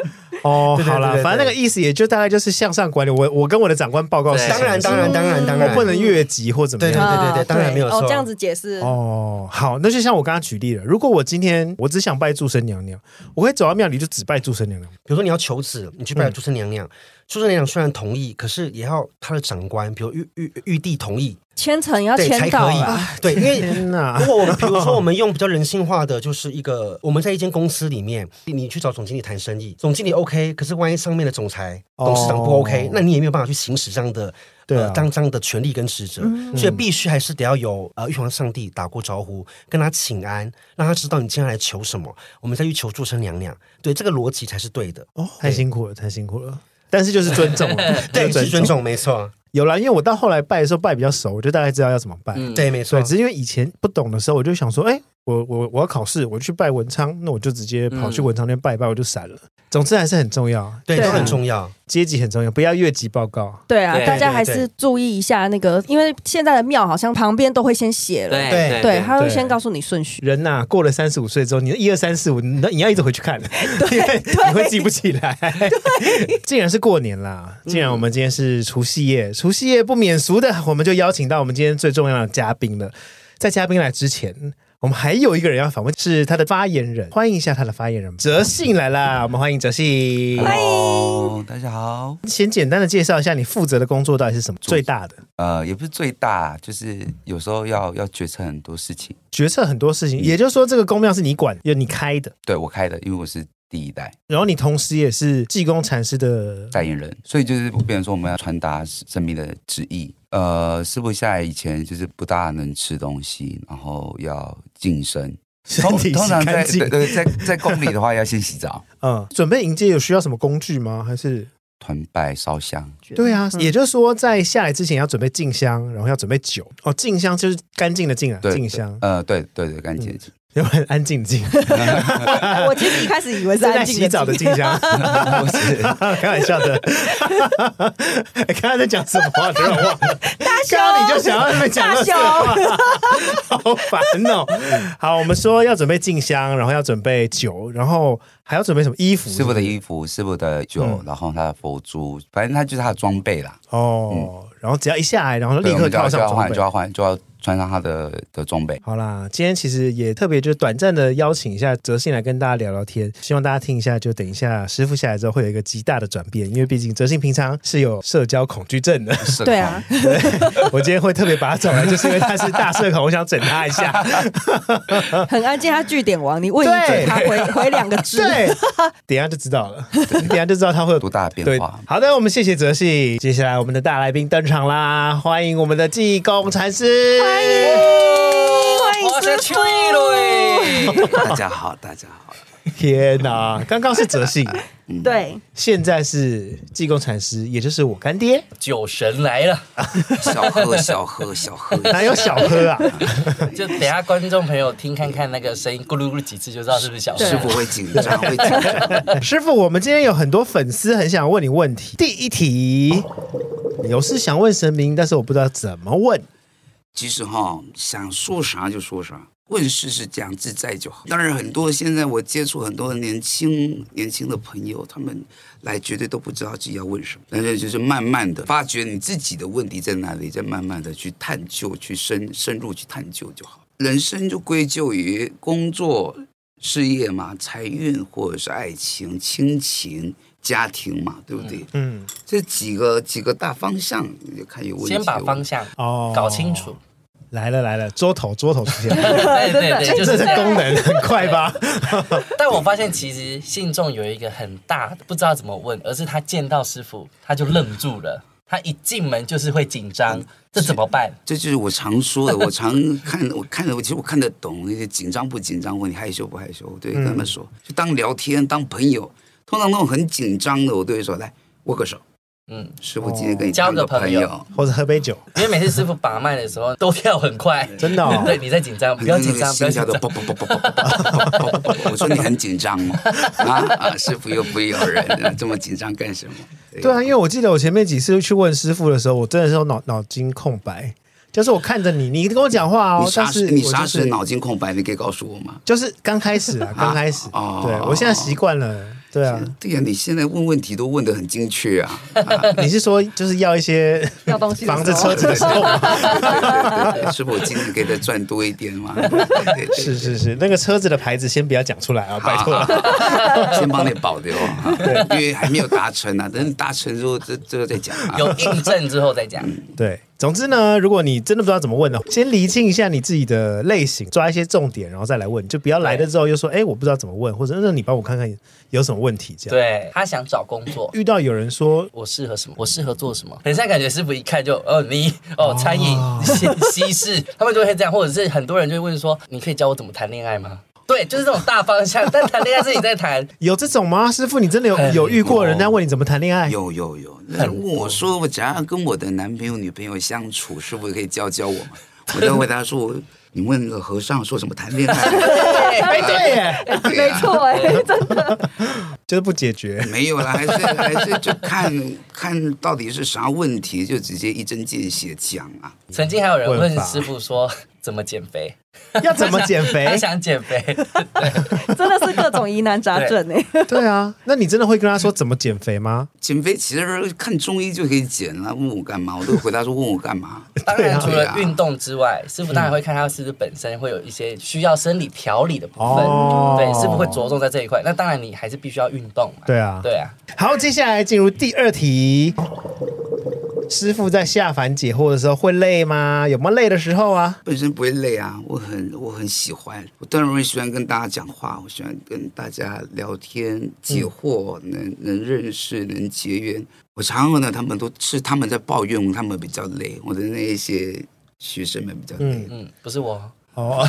Speaker 1: 哦，
Speaker 4: 对对
Speaker 1: 好啦
Speaker 4: 对，对
Speaker 1: 反正那个意思也就大概就是向上管理。我我跟我的长官报告是
Speaker 3: 对
Speaker 1: 什么
Speaker 4: 当然，当然，当然，当然，
Speaker 1: 我不能越级或怎么
Speaker 4: 对
Speaker 1: 样。
Speaker 4: 对对对
Speaker 2: 啊
Speaker 4: 当然没有
Speaker 2: 哦
Speaker 4: 错，
Speaker 2: 这样子解释。
Speaker 1: 哦，好，那就像我刚刚举例了，如果我今天我只想拜祝生娘娘，我可以走到庙里就只拜祝生娘娘。
Speaker 4: 比如说你要求子，你去
Speaker 1: 嗯
Speaker 4: 拜诸生娘娘，诸生娘娘虽然同意，可是也要她的长官，比如玉玉玉帝同意，
Speaker 2: 千层要
Speaker 4: 对才
Speaker 2: 签
Speaker 4: 可
Speaker 2: 到啊
Speaker 4: 以
Speaker 2: 啦，。
Speaker 4: 对，因为
Speaker 1: 天哪
Speaker 4: 如！果我们比如说我们用比较人性化的，就是一个我们在一间公司里面，你去找总经理谈生意，总经理 OK，可是万一上面的总裁、董事长不 OK，、
Speaker 1: 哦
Speaker 4: 那你也没有办法去行使这样的
Speaker 1: 对啊
Speaker 4: 呃、当这样的权利跟职责，所以必须还是得要有呃玉皇上帝打过招呼，跟他请安，让他知道你接下来求什么，我们再去求祝生娘娘，对这个逻辑才是对的，
Speaker 1: 哦，太辛苦了，太辛苦了。但是就是尊重了，
Speaker 4: 对，
Speaker 1: 就是
Speaker 4: 尊。重，没错，
Speaker 1: 有啦，因为我到后来拜的时候拜比较熟，我就大概知道要怎么拜。
Speaker 3: 嗯
Speaker 4: 对，没错
Speaker 1: 对，，只是因为以前不懂的时候，我就想说，哎，我我我要考试，我去拜文昌，那我就直接跑去文昌那边拜一拜，我就闪了。总之还是很重要，
Speaker 4: 嗯对，
Speaker 2: 对啊
Speaker 4: 都很重要，
Speaker 1: 阶级很重要，不要越级报告。
Speaker 2: 对啊，
Speaker 3: 对
Speaker 2: 大家还
Speaker 4: 对
Speaker 2: 是注意一下那个，因为现在的庙好像旁边都会先写了，
Speaker 3: 对
Speaker 4: 对
Speaker 2: 对，他会
Speaker 1: 对
Speaker 2: 先告诉你顺序。
Speaker 1: 人呐、过了三十五岁之后，你的一二三四五，你你要一直回去 看，因为你会记不起来。既然是过年啦，既然我们今天是除夕夜，除夕夜不免俗的，我们就邀请到我们今天最重要的嘉宾了。在嘉宾来之前，我们还有一个人要访问，是他的发言人，欢迎一下他的发言人哲信来啦，我们欢迎哲信。
Speaker 2: 欢迎
Speaker 5: Hello，大家好。
Speaker 1: 先简单的介绍一下你负责的工作到底是什么？
Speaker 5: 主
Speaker 1: 最大的
Speaker 5: 呃，也不是最大，就是有时候要要决策很多事情。
Speaker 1: 决策很多事情，也就是说这个公庙是你管，由你开的，
Speaker 5: 对我开的，因为我是第一代
Speaker 1: 然后你同时也是济公禅师的
Speaker 5: 代言人，所以就是变成说我们要传达生命的旨意。呃，师傅下来以前就是不大能吃东西，然后要净身。
Speaker 1: 身
Speaker 5: 通
Speaker 1: 体
Speaker 5: 通
Speaker 1: 洗
Speaker 5: 常
Speaker 1: 干
Speaker 5: 在
Speaker 1: 净
Speaker 5: 对。对在在宫里的话，要先洗澡、
Speaker 1: 嗯，准备迎接有需要什么工具吗？还是
Speaker 5: 团拜、烧香。
Speaker 1: 对啊，
Speaker 2: 嗯
Speaker 1: 也就是说在下来之前要准备静香，然后要准备酒。哦，静香就是干净的净啊，
Speaker 5: 对
Speaker 1: 静香，
Speaker 5: 呃，对对对，干净。
Speaker 1: 有很安静的 静，
Speaker 2: 我其实一开始以为是
Speaker 1: 正在
Speaker 2: 安静
Speaker 1: 洗 澡的静啊香，
Speaker 5: 不是，
Speaker 1: 开玩笑 的。哎刚才在讲什么啊？突然忘了。
Speaker 2: 大雄，
Speaker 1: 刚刚你就想要那边讲
Speaker 2: 大
Speaker 1: 那些
Speaker 2: 雄，
Speaker 1: 话，好烦哦。好，我们说要准备静香，然后要准备酒，然后还要准备什么衣服？
Speaker 5: 师傅的衣服、师傅的酒，
Speaker 1: 嗯
Speaker 5: 然后他的佛珠，反正他就是他的装备啦。
Speaker 1: 哦，然后只要一下来，然后就立
Speaker 5: 对我
Speaker 1: 刻
Speaker 5: 们就要
Speaker 1: 套
Speaker 5: 就
Speaker 1: 上
Speaker 5: 要
Speaker 1: 装
Speaker 5: 换，
Speaker 1: 备
Speaker 5: 就。要换，就要穿上他的的装备。
Speaker 1: 好啦，今天其实也特别就是短暂的邀请一下哲信来跟大家聊聊天，希望大家听一下，就等一下师傅下来之后会有一个极大的转变，因为毕竟哲信平常是有社交恐惧症 的，
Speaker 5: 社
Speaker 2: 对啊，
Speaker 1: 我今天会特别把他找来，就是因为他是大社恐，我想整他一下。
Speaker 2: 很安静，他据点王，你问一
Speaker 1: 对
Speaker 2: 句，他回回两个字。
Speaker 1: 对， 等一下就知道了，等一下就知道他会有
Speaker 5: 多大的
Speaker 1: 对
Speaker 5: 变化，。
Speaker 1: 好的，我们谢谢哲信，接下来我们的大来宾登场啦，欢迎我们的济公禅师，欢迎。
Speaker 2: 欢迎
Speaker 3: 我
Speaker 2: 师
Speaker 3: 是
Speaker 2: 傅
Speaker 3: 崔 瑞，
Speaker 5: 大家好，大家好。
Speaker 1: 天哪，刚刚是哲信，
Speaker 2: 对，
Speaker 1: 现在是济公禅师，也就是我干爹，
Speaker 3: 酒神来了，
Speaker 5: 小喝小喝小喝，
Speaker 1: 哪有小喝啊？
Speaker 3: 就等一下观众朋友听看看那个声音咕噜咕噜几次就知道是不是小
Speaker 5: 师
Speaker 3: 师
Speaker 5: 傅会紧张会紧张。
Speaker 1: 师傅，我们今天有很多粉丝很想问你问题。第一题，有事想问神明，但是我不知道怎么问。
Speaker 5: 其实哈，想说啥就说啥，问世是这样，自在就好。当然，很多现在我接触很多年轻年轻的朋友，他们来绝对都不知道自己要问什么，但是就是慢慢的发掘你自己的问题在哪里，再慢慢的去探究、去深深入去探究就好。人生就归咎于工作、事业嘛，财运或者是爱情、亲情、家庭嘛，对不对？
Speaker 1: 嗯，
Speaker 5: 这几个几个大方向，你就看有问题。
Speaker 3: 先把方向
Speaker 1: 哦
Speaker 3: 搞清楚。
Speaker 1: 来了来了，桌头桌头出现了，
Speaker 3: 对对对，就
Speaker 1: 这是
Speaker 3: 是
Speaker 1: 功能很快吧？
Speaker 3: 但我发现其实信众有一个很大不知道怎么问，而是他见到师傅他就愣住了，他一进门就是会紧
Speaker 1: 嗯
Speaker 3: 张，这怎么办？
Speaker 5: 这就是我常说的，我常看，我看的，我其实我看得懂那些紧张不紧张，问你害羞不害羞，我对跟他们说，就当聊天当朋友。通常那种很紧张的，我都会说来握个手，
Speaker 3: 嗯，
Speaker 5: 师傅今天跟你
Speaker 3: 交
Speaker 5: 当
Speaker 3: 个
Speaker 5: 朋
Speaker 3: 朋友
Speaker 5: 友。
Speaker 1: 或者喝杯酒，
Speaker 3: 因为每次师傅把脉的时候都跳很快，
Speaker 1: 真的哦
Speaker 3: 对，你在紧张，不
Speaker 5: 很
Speaker 3: 要
Speaker 5: 那
Speaker 3: 紧
Speaker 5: 个
Speaker 3: 张，不
Speaker 5: 心
Speaker 3: 要紧
Speaker 5: 跳都
Speaker 3: 张。
Speaker 5: 不不不不不不不不不，我说你很紧张吗？啊啊，师傅又不会有人这么紧张干什么？
Speaker 1: 对啊，因为我记得我前面几次去问师傅的时候，我真的是脑脑筋空白，就是我看着你，你跟我讲话哦
Speaker 5: 你，啥
Speaker 1: 但是
Speaker 5: 时你
Speaker 1: 我
Speaker 5: 啥
Speaker 1: 就
Speaker 5: 时
Speaker 1: 是
Speaker 5: 脑筋空白？你可以告诉我吗？
Speaker 1: 就是刚开始啊，刚开始，
Speaker 5: 哦
Speaker 1: 对我现在习惯了，对啊，
Speaker 5: 对呀，你现在问问题都问得很精确啊。
Speaker 1: 你是说就是要一些
Speaker 2: 要东西的时
Speaker 1: 房
Speaker 2: 候
Speaker 1: 子车子的时候吗？
Speaker 5: 师傅，我今天可以再赚多一点 嘛？对对对
Speaker 1: 是是是，那个车子的牌子先不要讲出来啊，拜托了。
Speaker 5: 先帮你保留，哈因为还没有达成啊，等达成之后，这这个再讲啊。
Speaker 3: 有印证之后再讲，
Speaker 1: 对，总之呢，如果你真的不知道怎么问呢，先厘清一下你自己的类型，抓一些重点，然后再来问，就不要来了之后又说，哎，我不知道怎么问，或者那你帮我看看有什么问题这样。
Speaker 3: 对他想找工作。
Speaker 1: 遇到有人说
Speaker 3: 我适合什么？我适合做什么？很像感觉师傅一看就哦，你哦，餐饮、 西西式，他们就会这样，或者是很多人就会问说，你可以教我怎么谈恋爱吗？对，就是这种大方向，但谈恋爱是你在 谈，
Speaker 1: 有这种吗？师傅，你真的有
Speaker 3: 很
Speaker 1: 有遇过
Speaker 5: 多
Speaker 1: 人家问你怎么谈恋爱？
Speaker 5: 哎有有有，那人问我说，我怎样跟我的男朋友、女朋友相处，是不是可以教 教我嘛？我就回答说，你问那个和尚说什么谈恋爱？
Speaker 1: 哎， 对 耶，
Speaker 5: 对
Speaker 2: 没
Speaker 5: 啊
Speaker 2: 错，哎，真的
Speaker 1: 就是不解决。
Speaker 5: 没有啦，还是还是就看看到底是啥问题，就直接一针见血讲啊。
Speaker 3: 曾经还有人
Speaker 1: 问
Speaker 3: 问
Speaker 1: 法
Speaker 3: 师傅说怎么减肥，
Speaker 1: 要怎么减肥
Speaker 3: 他？想减肥，
Speaker 1: 啊
Speaker 2: 真的是各种疑难杂症哎。
Speaker 1: 对啊，那你真的会跟他说怎么减肥吗？
Speaker 5: 减肥其实看中医就可以减了，问我干嘛？我都回答说问我干嘛？
Speaker 3: 当然除
Speaker 5: 对
Speaker 3: 了
Speaker 5: 啊
Speaker 3: 运动之外，师傅
Speaker 1: 嗯
Speaker 3: 当然会看他是不是本身会有一些需要生理调理的部分，
Speaker 1: 哦
Speaker 3: 对，师傅会着重在这一块。那当然你还是必须要运动嘛，
Speaker 1: 对啊
Speaker 3: 对啊，
Speaker 1: 好，接下来进入第二题。师傅在下凡解惑的时候会累吗？有没有累的时候啊？
Speaker 5: 本身不会累啊，我很我很喜欢，我当然会喜欢跟大家讲话，我喜欢跟大家聊天解惑，能能认识，能结缘。我常常呢，他们都是他们在抱怨，他们比较累，我的那一些学生们比较累。
Speaker 3: 嗯，不是我，
Speaker 1: 哦，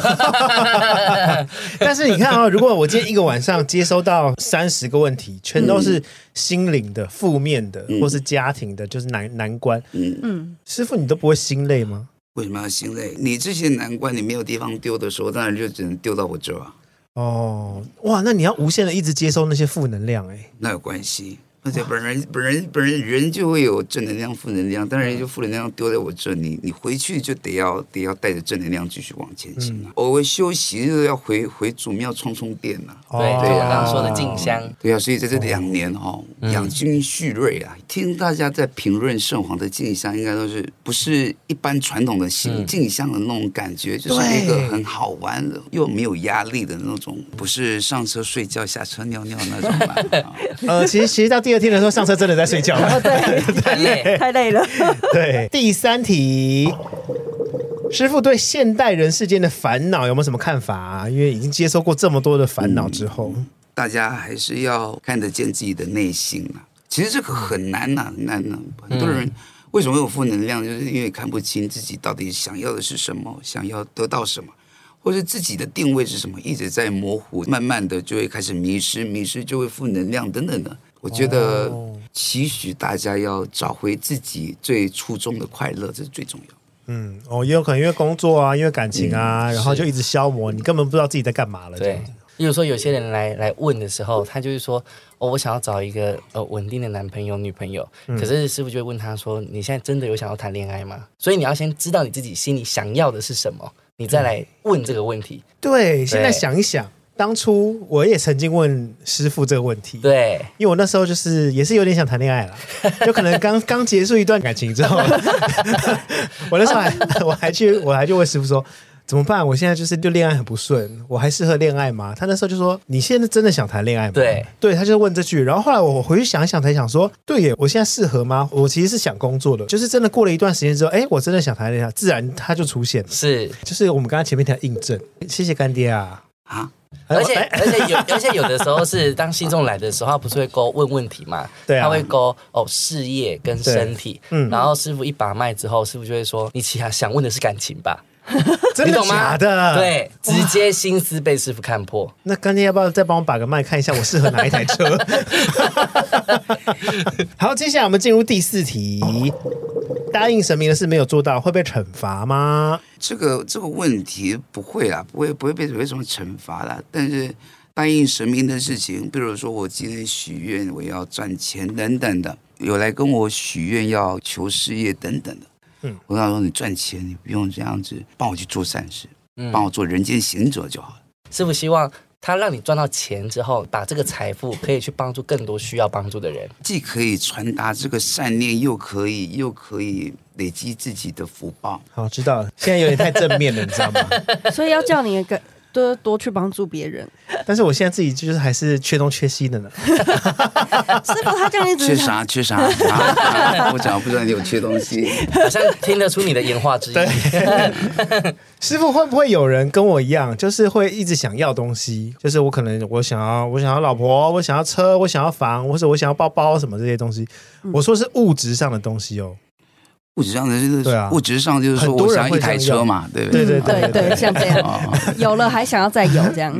Speaker 1: 但是你看啊、哦，如果我今天一个晚上接收到三十个问题，全都是心灵的、负面的，或是家庭的，就是难难关。
Speaker 5: 嗯
Speaker 2: 嗯，
Speaker 1: 师傅，你都不会心累吗？
Speaker 5: 为什么要心累？你这些难关你没有地方丢的时候，当然就只能丢到我这儿啊，
Speaker 1: 哦，哇，那你要无限的一直接收那些负能量、哎，
Speaker 5: 那有关系。而且本人本人本人人就会有正能量、负能量，当然就负能量丢在我这里，你回去就得要得要带着正能量继续往前行啊。偶尔休息就是要回回祖庙充充电啊。
Speaker 3: 对，
Speaker 1: 哦
Speaker 3: 就我刚刚说的静香，
Speaker 5: 对啊，所以在这两年哦，养精蓄锐啊，听大家在评论圣皇的静香，应该都是不是一般传统的静静香的那种感觉，就是一个很好玩的又没有压力的那种，不是上车睡觉下车尿尿那种吧？啊
Speaker 1: 呃，其实其实到第二天的时候，上车真的在睡觉了。
Speaker 3: 很累。
Speaker 2: 太累了。
Speaker 1: 对，第三题，师傅对现代人世间的烦恼有没有什么看法、啊？因为已经接收过这么多的烦恼之后，
Speaker 5: 大家还是要看得见自己的内心啊。其实这个很难呐、很难呐、啊很多人为什么会有负能量，就是因为看不清自己到底想要的是什么，想要得到什么。或是自己的定位是什么，一直在模糊，慢慢的就会开始迷失，迷失就会负能量等等的。我觉得期许大家要找回自己最初衷的快乐，这是最重要。
Speaker 1: 嗯，哦，也有可能因为工作啊，因为感情啊，然后就一直消磨，你根本不知道自己在干嘛了。这
Speaker 3: 对
Speaker 1: 样子，
Speaker 3: 例如说有些人来来问的时候，他就是说，哦，我想要找一个呃稳定的男朋友、女朋友，
Speaker 1: 嗯
Speaker 3: 可是师傅就会问他说，你现在真的有想要谈恋爱吗？所以你要先知道你自己心里想要的是什么，你再来问这个问题。
Speaker 1: 对，现在想一想，当初我也曾经问师傅这个问题。。
Speaker 3: 对，
Speaker 1: 因为我那时候就是也是有点想谈恋爱 了，就可能刚刚结束一段感情之后，我那时候还我还去我还去问师傅说怎么办？我现在就是就恋爱很不顺，我还适合恋爱吗？他那时候就说你现在真的想谈恋爱吗？
Speaker 3: 对，
Speaker 1: 对，他就问这句。然后后来我回去想一想，才想说，对耶，我现在适合吗？我其实是想工作的，就是真的过了一段时间之后，哎，我真的想谈恋爱，自然他就出现了。
Speaker 3: 是，
Speaker 1: 就是我们刚刚前面条印证，谢谢干爹啊！
Speaker 5: 啊，
Speaker 3: 而且
Speaker 1: 哎
Speaker 3: 而且有而且有的时候是当信众来的时候，他不是会勾问问题嘛？
Speaker 1: 对啊
Speaker 3: 他会勾哦事业跟身体，
Speaker 1: 嗯
Speaker 3: 然后师傅一把脉之后，师傅就会说，你其实想问的是感情吧？
Speaker 1: 真
Speaker 3: 你
Speaker 1: 的
Speaker 3: 懂吗？
Speaker 1: 假的？，
Speaker 3: 对，直接心思被师傅看破。
Speaker 1: 那干爹要不要再帮我把个脉看一下，我适合哪一台 车？好，接下来我们进入第四题。答应神明的事没有做到，会被惩罚吗？
Speaker 5: 这个这个问题不会啦，不会不会被有什么惩罚啦。但是答应神明的事情，比如说我今天许愿我要赚钱等等的，有来跟我许愿要求事业等等的，
Speaker 1: 嗯，
Speaker 5: 我跟他说你赚钱你不用这样子，帮我去做善事，
Speaker 3: 嗯
Speaker 5: 帮我做人间行者就好了。
Speaker 3: 师傅希望他让你赚到钱之后，把这个财富可以去帮助更多需要帮助 的人。
Speaker 5: 既可以传达这个善念，又可以又可以累积自己的福报。
Speaker 1: 好，知道了。现在有点太正面了，你知 道吗？
Speaker 2: 所以要叫你个多多去帮助别人。
Speaker 1: 但是我现在自己就是还是缺东缺西的呢。
Speaker 2: 师傅他这样一直
Speaker 5: 缺啥缺啥啊！我讲不知道你有缺东西。
Speaker 3: 好像听得出你的言话之意。
Speaker 1: 师傅会不会有人跟我一样，就是会一直想要东西？就是我可能我想要我想要老婆，我想要车，我想要房，或者我想要包包什么这些东西。我说是物质上的东西哦。
Speaker 5: 物质上的就是，
Speaker 1: 对啊
Speaker 5: 物质上就是说，
Speaker 1: 很多
Speaker 5: 我
Speaker 1: 人
Speaker 5: 想要
Speaker 1: 会
Speaker 5: 一台
Speaker 1: 这样
Speaker 5: 车
Speaker 1: 用
Speaker 5: 嘛，对不对？
Speaker 1: 对哦嗯
Speaker 5: 啊
Speaker 2: 对对，像这样，
Speaker 5: 啊，啊
Speaker 2: 有了还想要再有这样，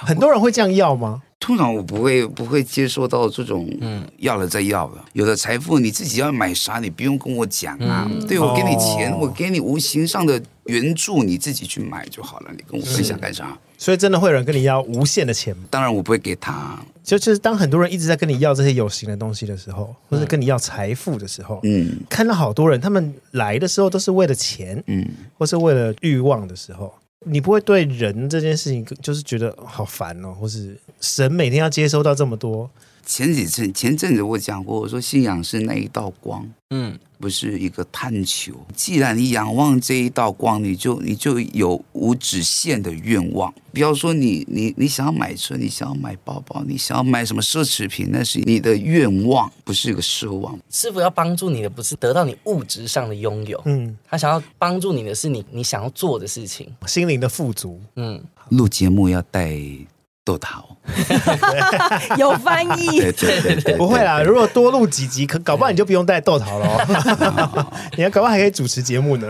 Speaker 1: 很多人会这样要吗？
Speaker 5: 通常我不会不会接受到这种，嗯，要了再要了。有的财富你自己要买啥，你不用跟我讲啊。对我给你钱，
Speaker 1: 哦
Speaker 5: 我给你无形上的援助，你自己去买就好了。你跟我分享干啥？
Speaker 1: 所以真的会有人跟你要无限的钱吗？
Speaker 5: 当然我不会给他，
Speaker 1: 就就是当很多人一直在跟你要这些有形的东西的时候，或者跟你要财富的时候，
Speaker 5: 嗯
Speaker 1: 看到好多人他们来的时候都是为了钱，
Speaker 5: 嗯。
Speaker 1: 或是为了欲望的时候，你不会对人这件事情就是觉得好烦哦，或是神每天要接收到这么多，
Speaker 5: 前几阵前阵子我讲过，我说信仰是那一道光，
Speaker 3: 嗯，
Speaker 5: 不是一个探求。既然你仰望这一道光，你就你就有无止限的愿望。比方说你，你你想要买车，你想要买包包，你想要买什么奢侈品，那是你的愿望，不是一个奢望。
Speaker 3: 师傅要帮助你的不是得到你物质上的拥有，
Speaker 1: 嗯，
Speaker 3: 他想要帮助你的是你你想要做的事情。
Speaker 1: 心灵的富足。
Speaker 3: 嗯，
Speaker 5: 录节目要带 豆桃，
Speaker 2: 有翻译
Speaker 5: 对。对对对，
Speaker 1: 不会啦，如果多录几集，可搞不好你就不用带豆桃了、 哦， 你还搞不好还可以主持节目呢。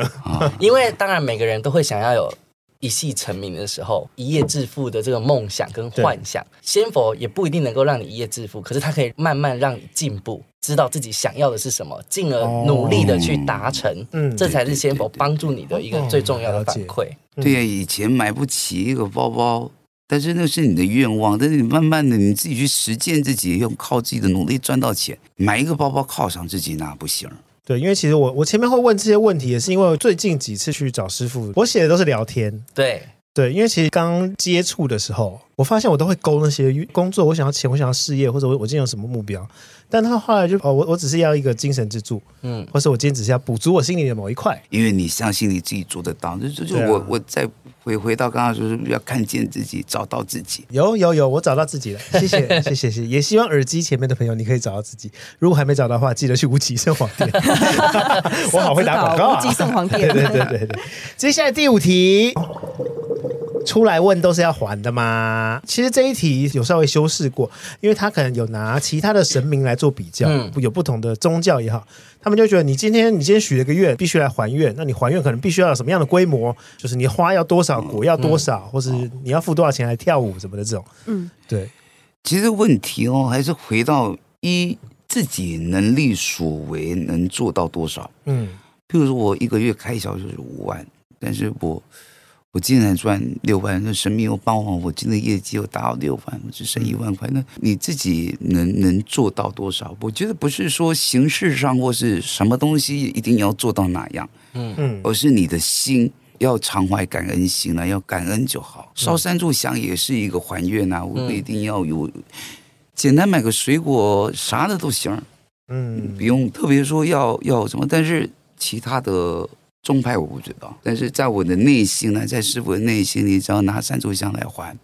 Speaker 3: 因为当然每个人都会想要有一夕成名的时候，一夜致富的这个梦想跟幻想。仙佛也不一定能够让你一夜致富，可是它可以慢慢让你进步，知道自己想要的是什么，进而努力的去达成。
Speaker 1: 嗯
Speaker 3: 这才是仙佛帮助你的一个最重要的反馈。
Speaker 5: 对呀、以前买不起一个包包，但是那是你的愿望，但是你慢慢的你自己去实践自己，用靠自己的努力赚到钱，买一个包包犒赏自己那不行。
Speaker 1: 对，因为其实我我前面会问这些问题，也是因为最近几次去找师傅，我写的都是聊天，
Speaker 3: 对，
Speaker 1: 对，因为其实刚接触的时候，我发现我都会勾那些工作，我想要钱，我想要事业，或者我我今天有什么目标。但他后来就哦，我我只是要一个精神支柱，
Speaker 3: 嗯，
Speaker 1: 或是我今天只是要补足我心里的某一块。
Speaker 5: 因为你相信你自己做得到，这这就
Speaker 1: 对啊
Speaker 5: 我、我再回回到刚刚说是要看见自己，找到自己。
Speaker 1: 有有有，我找到自己了，谢谢谢谢谢谢，也希望耳机前面的朋友你可以找到自己。如果还没找到的话，记得去无极生活店， 我好会打广告、啊，
Speaker 2: 无极圣皇殿
Speaker 1: 对对对对对。接下来第五题，出来问都是要还的嘛。其实这一题有稍微修饰过，因为他可能有拿其他的神明来做比较，
Speaker 3: 嗯
Speaker 1: 有不同的宗教也好，他们就觉得你今天你今天许了个愿，必须来还愿，那你还愿可能必须要有什么样的规模，就是你花要多少，果要多少，或是你要付多少钱来跳舞什么的这种。
Speaker 2: 嗯，
Speaker 1: 对，
Speaker 5: 其实问题哦，还是回到一自己能力所为能做到多少。
Speaker 1: 嗯，
Speaker 5: 譬如说我一个月开销就是五万，但是我我竟然赚六万，那神明又帮我，我今天业绩又达到六万，我只剩一万块，那你自己能能做到多少？我觉得不是说形式上或是什么东西一定要做到哪样，
Speaker 3: 嗯
Speaker 1: 嗯
Speaker 5: 而是你的心。要常怀感恩心啊，要感恩就好。烧三炷香也是一个还愿啊，我不一定要有。简单买个水果，啥的都行。
Speaker 1: 嗯
Speaker 5: 不用特别说要要什么，但是其他的宗派我不知道，但是在我的内心呢，在师傅的内心里，只要拿三炷香来还，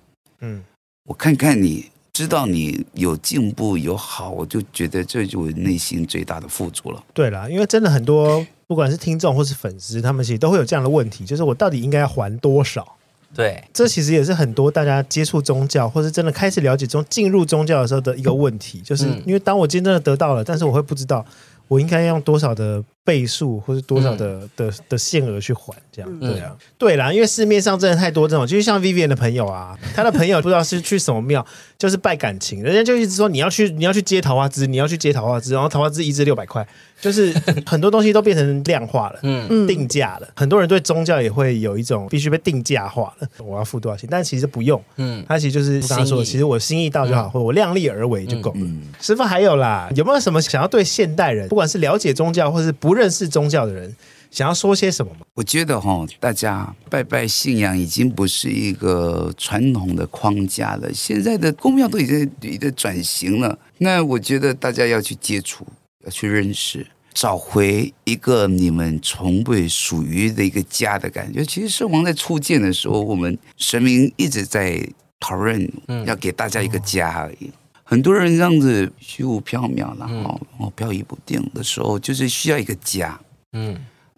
Speaker 1: 嗯
Speaker 5: 我看看你，知道你有进步有好，我就觉得这就是内心最大的富足了。
Speaker 1: 对啦，因为真的很多，不管是听众或是粉丝，他们其实都会有这样的问题，就是我到底应该还多少？
Speaker 3: 对，
Speaker 1: 这其实也是很多大家接触宗教，或是真的开始了解宗进入宗教的时候的一个问题，就是
Speaker 3: 嗯
Speaker 1: 因为当我今天真的得到了，但是我会不知道我应该用多少的倍数，或是多少的、
Speaker 3: 嗯
Speaker 1: 的的限额去还，这样对啊，对啦，因为市面上真的太多这种，就是像 Vivian 的朋友 啊，他的朋友不知道是去什么庙，就是拜感情，人家就一直说你要去你要去接桃花枝，你要去接桃花枝，然后桃花枝一支六百块，就是很多东西都变成量化了，
Speaker 3: 嗯
Speaker 2: 嗯
Speaker 1: 定价了。很多人对宗教也会有一种必须被定价化了，我要付多少钱？但其实不用，
Speaker 3: 嗯，
Speaker 1: 它其实就是刚刚说的，
Speaker 3: 心意
Speaker 1: 其实我心意到就好，
Speaker 3: 嗯
Speaker 1: 或者我量力而为就够了。
Speaker 5: 嗯，
Speaker 1: 师傅还有啦，有没有什么想要对现代人，不管是了解宗教或是不认识宗教的人，想要说些什么吗？
Speaker 5: 我觉得哈、大家拜拜信仰已经不是一个传统的框架了，现在的公庙都已经已经转型了。那我觉得大家要去接触，要去认识，找回一个你们从未属于的一个家的感觉。其实圣王在初建的时候，我们神明一直在讨论，要给大家一个家而已。很多人这样子虚无缥缈，然后然后飘逸不定的时候，就是需要一个家。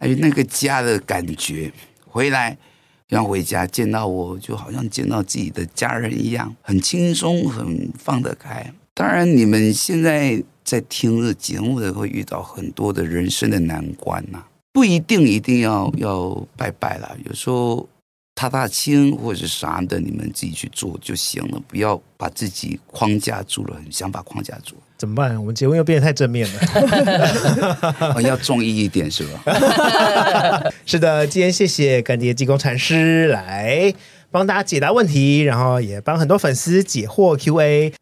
Speaker 5: 哎，那个家的感觉，回来要回家见到我，就好像见到自己的家人一样，很轻松，很放得开。当然，你们现在在听这节目的会遇到很多的人生的难关呐、不一定一定要要拜拜啦，有时候踏踏青或者啥的，你们自己去做就行了，不要把自己框架住了，很想把框架 住，
Speaker 1: 怎么办？我们节目又变得太正面了。
Speaker 5: 哦要中意一点是吧？
Speaker 1: 是的，今天谢谢干爹济公禅师来帮大家解答问题，然后也帮很多粉丝解惑 Q&A。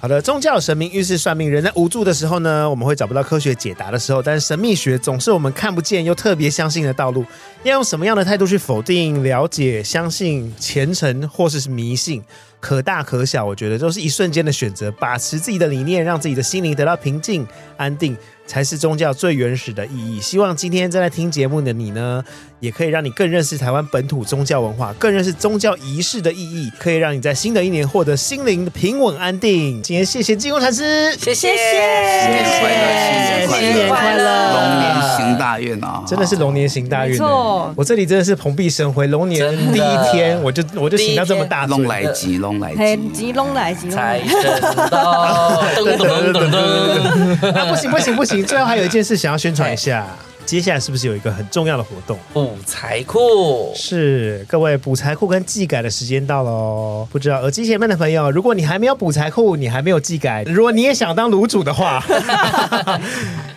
Speaker 1: 好的，宗教、神明、预示、算命，人在无助的时候呢，我们会找不到科学解答的时候，但是神秘学总是我们看不见又特别相信的道路。要用什么样的态度去否定、了解、相信、虔诚，或是迷信，可大可小，我觉得都是一瞬间的选择。把持自己的理念，让自己的心灵得到平静、安定，才是宗教最原始的意义。希望今天正在听节目的你呢，也可以让你更认识台湾本土宗教文化，更认识宗教仪式的意义，可以让你在新的一年获得心灵的平稳安定。今天谢谢济公禅师，
Speaker 3: 谢谢，
Speaker 5: 新年快乐
Speaker 2: 新
Speaker 5: 新年
Speaker 2: 快
Speaker 5: 快
Speaker 2: 乐，
Speaker 5: 龙年行大运啊！
Speaker 1: 真的
Speaker 3: 哦
Speaker 1: 是龙年行大运、欸
Speaker 2: 没错
Speaker 1: 我这里真的是蓬荜生辉，龙年
Speaker 3: 真的
Speaker 1: 第一天我就我就行到这么大
Speaker 5: 弄
Speaker 1: 顺
Speaker 5: 来吉，弄来
Speaker 2: 嘿，
Speaker 5: 吉。
Speaker 2: 吉隆来吉隆来
Speaker 3: 财，神到，噔噔噔噔噔。
Speaker 1: 啊，不行不行不行！最后还有一件事想要宣传一下，
Speaker 3: 哎
Speaker 1: 接下来是不是有一个很重要的活动？
Speaker 3: 补财库，
Speaker 1: 是各位补财库跟技改的时间到了哦。不知道耳机前面的朋友，如果你还没有补财库，你还没有技改，如果你也想当卤煮的话，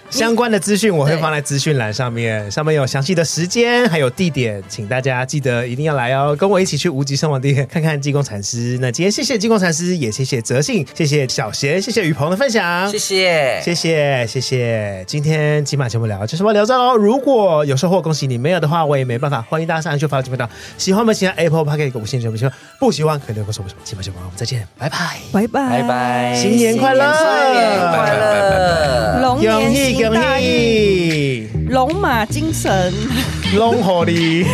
Speaker 1: 相关的资讯我会放在资讯栏上面，上面有详细的时间还有地点，请大家记得一定要来哦，跟我一起去无极圣王殿看看济公禅师。那今天谢谢济公禅师，也谢谢哲信，谢谢小贤，谢谢雨鹏的分享，
Speaker 3: 谢谢，
Speaker 1: 谢谢谢谢，今天金马节目聊就是我聊到喽。如果有收获，恭喜你；没有的话，我也没办法。欢迎大家上来去发节目档，喜欢我们请按 Apple Park 给五星评论，不喜欢可以留个说不说。金马节目我们再见，拜拜。
Speaker 2: 拜拜
Speaker 3: 拜拜，
Speaker 1: 新年快乐
Speaker 3: 新年快乐，
Speaker 2: 龙年行大运，
Speaker 1: 喜，
Speaker 2: 龙马精神。
Speaker 1: 龙火力。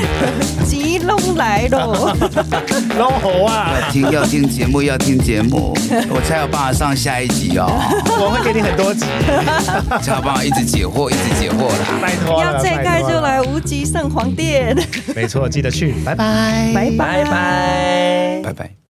Speaker 2: 吉隆来 喽，
Speaker 1: 老猴啊，
Speaker 5: 要听要听节目，要听节目，我才有办法上下一集哦，
Speaker 1: 我会给你很多集，
Speaker 5: 才有办法一直解惑，一直解惑啦。
Speaker 1: 拜托了，
Speaker 2: 要这
Speaker 1: 拜
Speaker 2: 盖
Speaker 1: 托
Speaker 2: 就
Speaker 1: 了，
Speaker 2: 来无极圣皇殿，
Speaker 1: 没错，记得去，拜拜。
Speaker 2: 拜拜
Speaker 3: 拜拜。
Speaker 5: 拜拜。